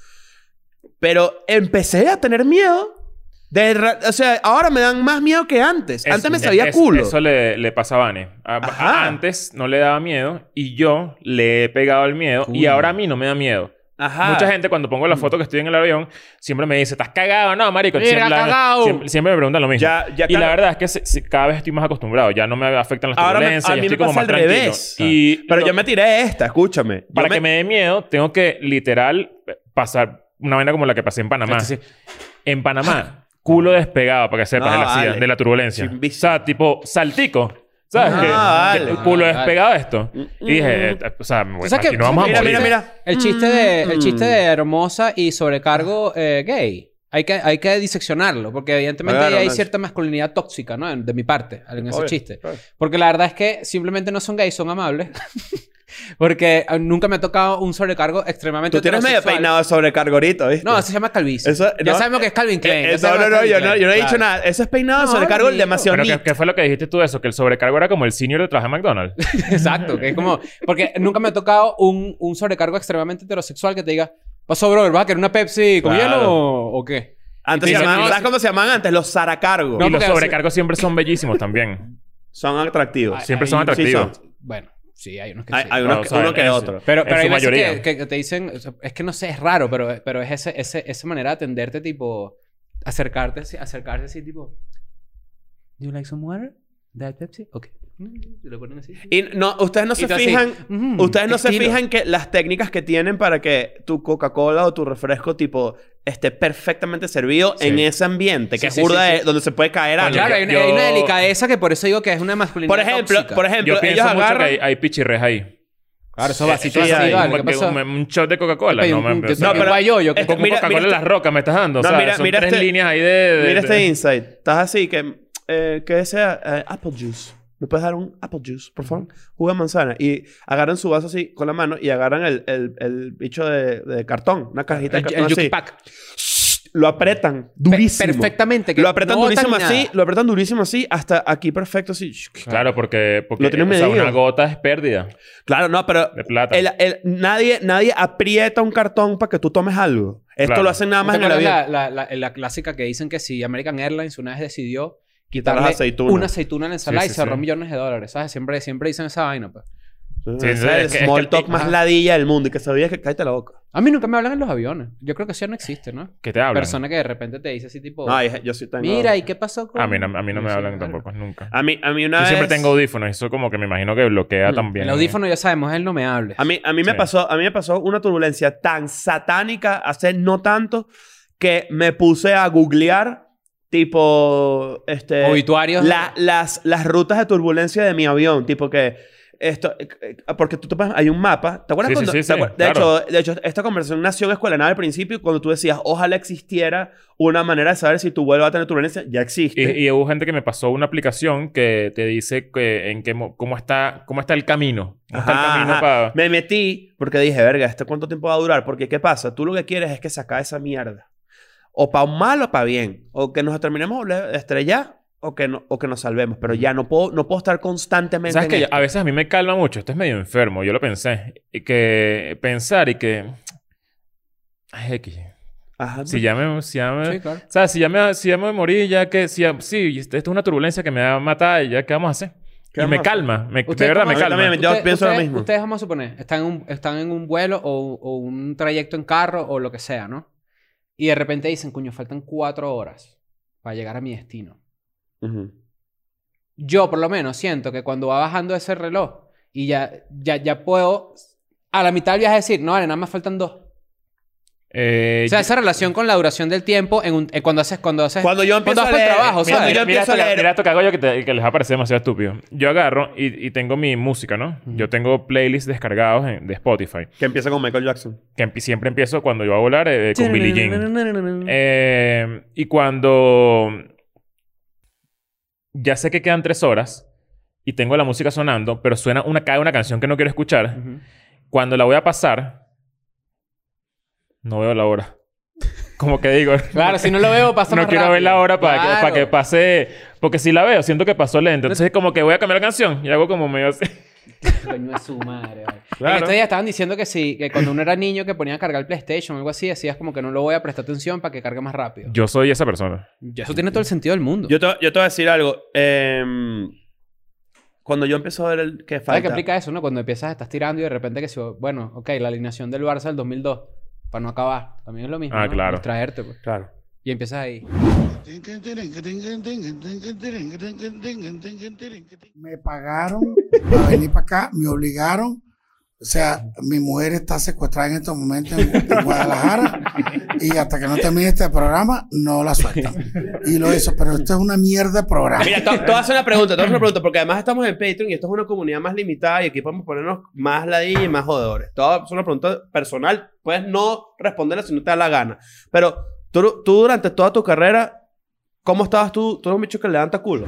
Speaker 3: Pero empecé a tener miedo. De, ra- o sea, ahora me dan más miedo que antes.
Speaker 2: Es-
Speaker 3: antes me
Speaker 2: es-
Speaker 3: sabía
Speaker 2: es-
Speaker 3: culo.
Speaker 2: Eso le, le pasa a Vane. A-
Speaker 3: Ajá.
Speaker 2: a- Antes no le daba miedo y yo le he pegado el miedo y
Speaker 4: Coño.
Speaker 2: ahora a mí no me da miedo.
Speaker 3: Ajá. Mm.
Speaker 2: Mucha gente cuando pongo la foto que estoy en el avión siempre me dice, ¿estás cagado? No, marico.
Speaker 4: Mira,
Speaker 2: siempre, la-
Speaker 4: cagao.
Speaker 2: siempre- siempre me preguntan lo mismo.
Speaker 3: Ya- ya
Speaker 2: y la
Speaker 3: cada-
Speaker 2: verdad es que se- se- cada vez estoy más acostumbrado. Ya no me afectan las
Speaker 3: Ahora me-
Speaker 2: turbulencias. ya
Speaker 3: a mí me
Speaker 2: estoy como
Speaker 3: pasa
Speaker 2: más
Speaker 3: al
Speaker 2: tranquilo.
Speaker 3: revés.
Speaker 2: Y
Speaker 3: Pero
Speaker 2: lo-
Speaker 3: yo me tiré esta, escúchame. Yo
Speaker 2: Para que me dé miedo, tengo que literal pasar una vaina como la que pasé en Panamá.
Speaker 4: Sí, sí.
Speaker 2: En Panamá, culo despegado, para que sepas,
Speaker 3: Ah. No,
Speaker 2: de, la, sida-
Speaker 3: vale.
Speaker 2: de la turbulencia.
Speaker 3: Sin
Speaker 2: O
Speaker 3: vista.
Speaker 2: sea, tipo, saltico. ¿Sabes
Speaker 3: No,
Speaker 2: qué?
Speaker 3: vale.
Speaker 2: Que- Culo
Speaker 4: Vale.
Speaker 2: despegado esto.
Speaker 3: Mm,
Speaker 2: Y dije,
Speaker 3: mm.
Speaker 2: eh, o sea, me voy-
Speaker 4: O sea,
Speaker 2: aquí
Speaker 4: que-
Speaker 2: no vamos
Speaker 3: mira,
Speaker 2: a morir.
Speaker 3: mira, mira.
Speaker 4: El chiste de, el
Speaker 3: Mm.
Speaker 4: chiste de hermosa y sobrecargo eh, gay. Hay que, hay que diseccionarlo, porque evidentemente ahí
Speaker 3: Claro,
Speaker 4: hay
Speaker 3: no es-
Speaker 4: cierta masculinidad tóxica, ¿no? En- De mi parte, en ese
Speaker 3: Obvio,
Speaker 4: chiste.
Speaker 3: claro.
Speaker 4: Porque la verdad es que simplemente no son gays, son amables. Porque eh, nunca me ha tocado un sobrecargo extremadamente
Speaker 3: Tú tienes medio
Speaker 4: heterosexual.
Speaker 3: peinado de sobrecargo ahorita, ¿viste?
Speaker 4: No, eso se llama calvicie.
Speaker 3: Eso-
Speaker 4: ya
Speaker 3: no,
Speaker 4: sabemos que es Calvin Klein.
Speaker 3: Eh,
Speaker 4: ya
Speaker 3: eh, no,
Speaker 4: sabemos
Speaker 3: no,
Speaker 4: que
Speaker 3: no,
Speaker 4: es
Speaker 3: yo
Speaker 4: Calvin
Speaker 3: no,
Speaker 4: Klein,
Speaker 3: yo no he dicho
Speaker 4: claro.
Speaker 3: nada. Eso es peinado
Speaker 4: No,
Speaker 3: de sobrecargo
Speaker 4: olvídalo.
Speaker 3: demasiado
Speaker 2: Pero ¿qué,
Speaker 3: neat.
Speaker 2: qué fue lo que dijiste tú de eso? Que el sobrecargo era como el senior de trabajo de McDonald's.
Speaker 4: Exacto, que es como... Porque nunca me ha tocado un, un sobrecargo extremadamente heterosexual que te diga... Pasó, brother, ¿vas a querer una Pepsi con
Speaker 3: Claro.
Speaker 4: hielo o, o qué?
Speaker 3: Antes
Speaker 2: Y
Speaker 3: se
Speaker 2: te-
Speaker 3: llamaban,
Speaker 2: y-
Speaker 3: ¿Sabes cómo se llamaban antes? Los zaracargos.
Speaker 4: No,
Speaker 2: y los
Speaker 4: porque-
Speaker 2: sobrecargos siempre son bellísimos también.
Speaker 3: Son atractivos.
Speaker 4: Ay,
Speaker 2: Siempre
Speaker 4: ay,
Speaker 2: son
Speaker 4: sí
Speaker 2: atractivos.
Speaker 3: son.
Speaker 4: Bueno, sí, hay unos que
Speaker 3: Hay,
Speaker 4: sí.
Speaker 3: hay unos
Speaker 2: O
Speaker 3: que-
Speaker 2: sea,
Speaker 3: uno que
Speaker 2: es-
Speaker 3: otro.
Speaker 4: Pero,
Speaker 2: En
Speaker 4: pero
Speaker 2: su
Speaker 4: hay veces
Speaker 2: mayoría.
Speaker 4: que, que- que te dicen, o sea, es que no sé, es raro, pero, pero es ese, ese, esa manera de atenderte, tipo, acercarte, así- acercarse así, tipo, ¿Do you like some water? ¿That Pepsi? Ok. Mm, Te lo ponen así.
Speaker 3: Y no, ustedes no
Speaker 4: Y
Speaker 3: se
Speaker 4: tú así,
Speaker 3: fijan...
Speaker 4: mm,
Speaker 3: Ustedes no se
Speaker 4: estilo.
Speaker 3: fijan que las técnicas que tienen para que tu Coca-Cola o tu refresco tipo esté perfectamente servido
Speaker 2: Sí.
Speaker 3: en ese ambiente, que
Speaker 4: Sí,
Speaker 3: es
Speaker 4: sí,
Speaker 3: burda
Speaker 4: sí,
Speaker 3: de-
Speaker 4: sí.
Speaker 3: donde se puede caer algo.
Speaker 4: Claro, hay una, hay
Speaker 2: Yo-
Speaker 4: una delicadeza que por eso digo que es una masculinidad
Speaker 3: Por ejemplo,
Speaker 4: tóxica.
Speaker 3: por ejemplo,
Speaker 2: Yo
Speaker 3: ellos
Speaker 2: pienso mucho que hay,
Speaker 3: agarran
Speaker 2: hay pichirres ahí.
Speaker 4: Claro, esos
Speaker 3: Sí,
Speaker 4: vasitos
Speaker 3: sí,
Speaker 4: así,
Speaker 3: hay.
Speaker 4: vale, ¿qué
Speaker 2: Porque
Speaker 4: pasó?
Speaker 2: un, un shot de Coca-Cola.
Speaker 4: Pedí
Speaker 2: No,
Speaker 4: un-
Speaker 2: me,
Speaker 4: un-
Speaker 2: o sea,
Speaker 3: no,
Speaker 4: un
Speaker 3: pero-
Speaker 4: guayoyo, que-
Speaker 3: Este-
Speaker 2: Como
Speaker 3: Mira-
Speaker 2: Coca-Cola
Speaker 3: mira
Speaker 2: en
Speaker 3: este-
Speaker 2: las rocas me estás dando. o
Speaker 3: No,
Speaker 2: sea,
Speaker 3: mira-
Speaker 2: son
Speaker 3: mira
Speaker 2: tres
Speaker 3: este-
Speaker 2: líneas ahí de... de-
Speaker 3: Mira este
Speaker 2: de-
Speaker 3: insight. Estás así que... eh, que sea eh, apple juice. ¿Me puedes dar un apple juice, por favor? Jugo de manzana. Y agarran su vaso así con la mano y agarran el, el, el bicho de, de cartón. Una cajita de
Speaker 4: el,
Speaker 3: cartón
Speaker 4: el
Speaker 3: así.
Speaker 4: yuki pack.
Speaker 3: Lo apretan
Speaker 4: Pe-
Speaker 3: durísimo.
Speaker 4: Perfectamente. que
Speaker 3: Lo apretan
Speaker 4: no botan
Speaker 3: durísimo
Speaker 4: ni
Speaker 3: así.
Speaker 4: nada.
Speaker 3: Lo apretan durísimo así. Hasta aquí perfecto así.
Speaker 2: Claro, porque, porque
Speaker 3: Lo tienes
Speaker 2: o sea,
Speaker 3: medido.
Speaker 2: una gota es pérdida
Speaker 3: Claro, no, pero...
Speaker 2: de plata.
Speaker 3: el- el- nadie, nadie aprieta un cartón para que tú tomes algo. Esto
Speaker 2: Claro.
Speaker 3: lo hacen nada más
Speaker 4: ¿No
Speaker 3: en
Speaker 4: te
Speaker 3: el
Speaker 4: acuerdas
Speaker 3: avión.
Speaker 4: la, la, la, la clásica que dicen que si American Airlines una vez decidió
Speaker 3: Quitar
Speaker 4: quitarle
Speaker 3: las aceitunas.
Speaker 4: una aceituna en la ensalada
Speaker 2: Sí,
Speaker 4: y
Speaker 2: sí,
Speaker 4: cerró
Speaker 2: sí.
Speaker 4: millones de dólares, ¿sabes? Siempre, siempre dicen esa vaina, pues.
Speaker 2: Sí, es
Speaker 3: Ese es el
Speaker 2: que- es que-
Speaker 3: small talk más
Speaker 4: Ajá.
Speaker 3: ladilla del mundo. Y que sabías que... Cállate la boca.
Speaker 4: A mí nunca me hablan en los aviones. Yo creo que eso ya no existe, ¿no?
Speaker 2: que te hablan.
Speaker 4: Persona que de repente te dice así tipo...
Speaker 3: No, yo- yo sí tengo...
Speaker 4: Oh. Mira, ¿y qué pasó con...?
Speaker 2: A mí no, a mí no me
Speaker 4: Sí,
Speaker 2: hablan
Speaker 4: claro.
Speaker 2: tampoco, nunca.
Speaker 3: A mí, a mí una
Speaker 2: Yo
Speaker 3: vez...
Speaker 2: siempre tengo audífonos. Eso como que me imagino que bloquea
Speaker 3: Ah, Mm.
Speaker 2: también. eh.
Speaker 4: El audífono ya sabemos, él no me hable.
Speaker 3: A mí, a mí me
Speaker 2: Sí.
Speaker 3: pasó, a mí me pasó una turbulencia tan satánica hace no tanto que me puse a googlear tipo este
Speaker 2: eh,
Speaker 4: Obituarios.
Speaker 3: la- las, las rutas de turbulencia de mi avión, tipo que esto eh, eh, porque tú tomas hay un mapa, ¿te acuerdas
Speaker 2: Sí, sí,
Speaker 3: cuando
Speaker 2: sí,
Speaker 3: te
Speaker 2: sí,
Speaker 3: acuer- de
Speaker 2: claro.
Speaker 3: hecho, de hecho esta conversación nació en escuela de nada al principio cuando tú decías, "Ojalá existiera una manera de saber si tu vuelo va a tener turbulencia", ya existe.
Speaker 2: Y, y hubo gente que me pasó una aplicación que te dice que, en qué, mo- cómo, está, cómo está el camino. Cómo está
Speaker 3: Ajá,
Speaker 2: el camino
Speaker 3: ajá.
Speaker 2: para...
Speaker 3: Me metí porque dije, verga, ¿este cuánto tiempo va a durar? Porque, ¿qué pasa? Tú lo que quieres es que saca esa mierda. O para mal o para bien. O que nos terminemos de estrellar o que, no- o que nos salvemos. Pero ya no puedo, no puedo estar constantemente
Speaker 2: ¿Sabes ah,
Speaker 3: en
Speaker 2: que
Speaker 3: esto.
Speaker 2: A veces a mí me calma mucho. Esto es medio enfermo. Yo lo pensé. Y que pensar y que... Ay, X.
Speaker 3: Ajá.
Speaker 2: Si ya me... Si ya me-
Speaker 4: Sí, claro.
Speaker 2: O sea, si ya me, si ya me morí, ya que... Si ya- sí, esto es una turbulencia que me va a matar. ¿Ya qué vamos a hacer?
Speaker 3: ¿Qué
Speaker 2: Y me
Speaker 3: vamos a hacer?
Speaker 2: calma. me- de
Speaker 4: ¿Ustedes
Speaker 2: verdad
Speaker 4: cómo
Speaker 2: me
Speaker 4: hacen?
Speaker 2: calma.
Speaker 3: También, yo
Speaker 4: Ustedes-
Speaker 3: pienso lo
Speaker 4: ustedes-
Speaker 3: mismo.
Speaker 4: Ustedes, vamos a suponer, están en un, están en un vuelo o, o un trayecto en carro o lo que sea, ¿no? Y de repente dicen, coño, faltan cuatro horas para llegar a mi destino.
Speaker 3: Ujú.
Speaker 4: Yo, por lo menos, siento que cuando va bajando ese reloj y ya, ya, ya puedo a la mitad del viaje decir, no, vale, nada más faltan dos.
Speaker 2: Eh,
Speaker 4: O sea, esa relación con la duración del tiempo en un- eh, cuando haces... Cuando haces
Speaker 3: Cuando yo empiezo
Speaker 4: vas
Speaker 3: a
Speaker 4: pa'l
Speaker 3: leer...
Speaker 4: trabajo,
Speaker 3: cuando
Speaker 4: ¿sabes?
Speaker 3: yo
Speaker 2: Mira, mira
Speaker 3: empiezo
Speaker 2: esto,
Speaker 3: a
Speaker 2: que-
Speaker 3: leer...
Speaker 2: mira esto que hago yo que, te- que les va a parecer demasiado estúpido. Yo agarro y, y tengo mi música, ¿no? Yo tengo playlists descargados en- de Spotify.
Speaker 3: Que empieza con Michael Jackson.
Speaker 2: Que empi- siempre empiezo cuando yo voy a volar eh, con Billie Jean. Eh, y cuando ya sé que quedan tres horas y tengo la música sonando, pero suena una, cae una canción que no quiero escuchar,
Speaker 4: Ujú.
Speaker 2: cuando la voy a pasar, no veo la hora. Como que digo,
Speaker 4: Claro, si no lo veo, pasa
Speaker 2: no
Speaker 4: más
Speaker 2: quiero ver
Speaker 4: rápido.
Speaker 2: la hora para, que,
Speaker 4: Claro.
Speaker 2: para que pase. Porque si la veo, siento que pasó lento. Entonces, como que voy a cambiar la canción y hago como medio así.
Speaker 4: Coño de su madre. vale.
Speaker 2: Claro.
Speaker 4: En estos días estaban diciendo que sí, que cuando uno era niño que ponían a cargar el PlayStation o algo así, decías como que no lo voy a prestar atención para que cargue más rápido.
Speaker 2: Yo soy esa persona.
Speaker 4: Eso tiene todo el sentido del mundo.
Speaker 3: Yo te, yo te voy a decir algo. Em, cuando yo empiezo a ver el que
Speaker 4: ¿Sabes qué
Speaker 3: falta...
Speaker 4: aplica eso, no? Cuando empiezas, estás tirando y de repente que si, bueno, ok, la alineación del Barça del 2002, para no acabar, también es lo mismo.
Speaker 2: Ah,
Speaker 4: ¿no?
Speaker 2: claro.
Speaker 4: Distraerte, pues.
Speaker 3: Claro.
Speaker 4: Y empiezas ahí.
Speaker 6: Me pagaron para venir para acá, me obligaron. O sea, mi mujer está secuestrada en estos momentos en, en Guadalajara y hasta que no termine este programa no la sueltan. Y lo hizo, pero esto es una mierda de programa.
Speaker 3: Ah, Mira, te voy a hacer una pregunta, te voy a hacer una pregunta, porque además estamos en Patreon y esto es una comunidad más limitada y aquí podemos ponernos más ladilla y más jodedores. Todo es una pregunta personal, puedes no responderla si no te da la gana. Pero tú, tú durante toda tu carrera ¿Cómo estabas tú? Tú eres un bicho que levanta culo.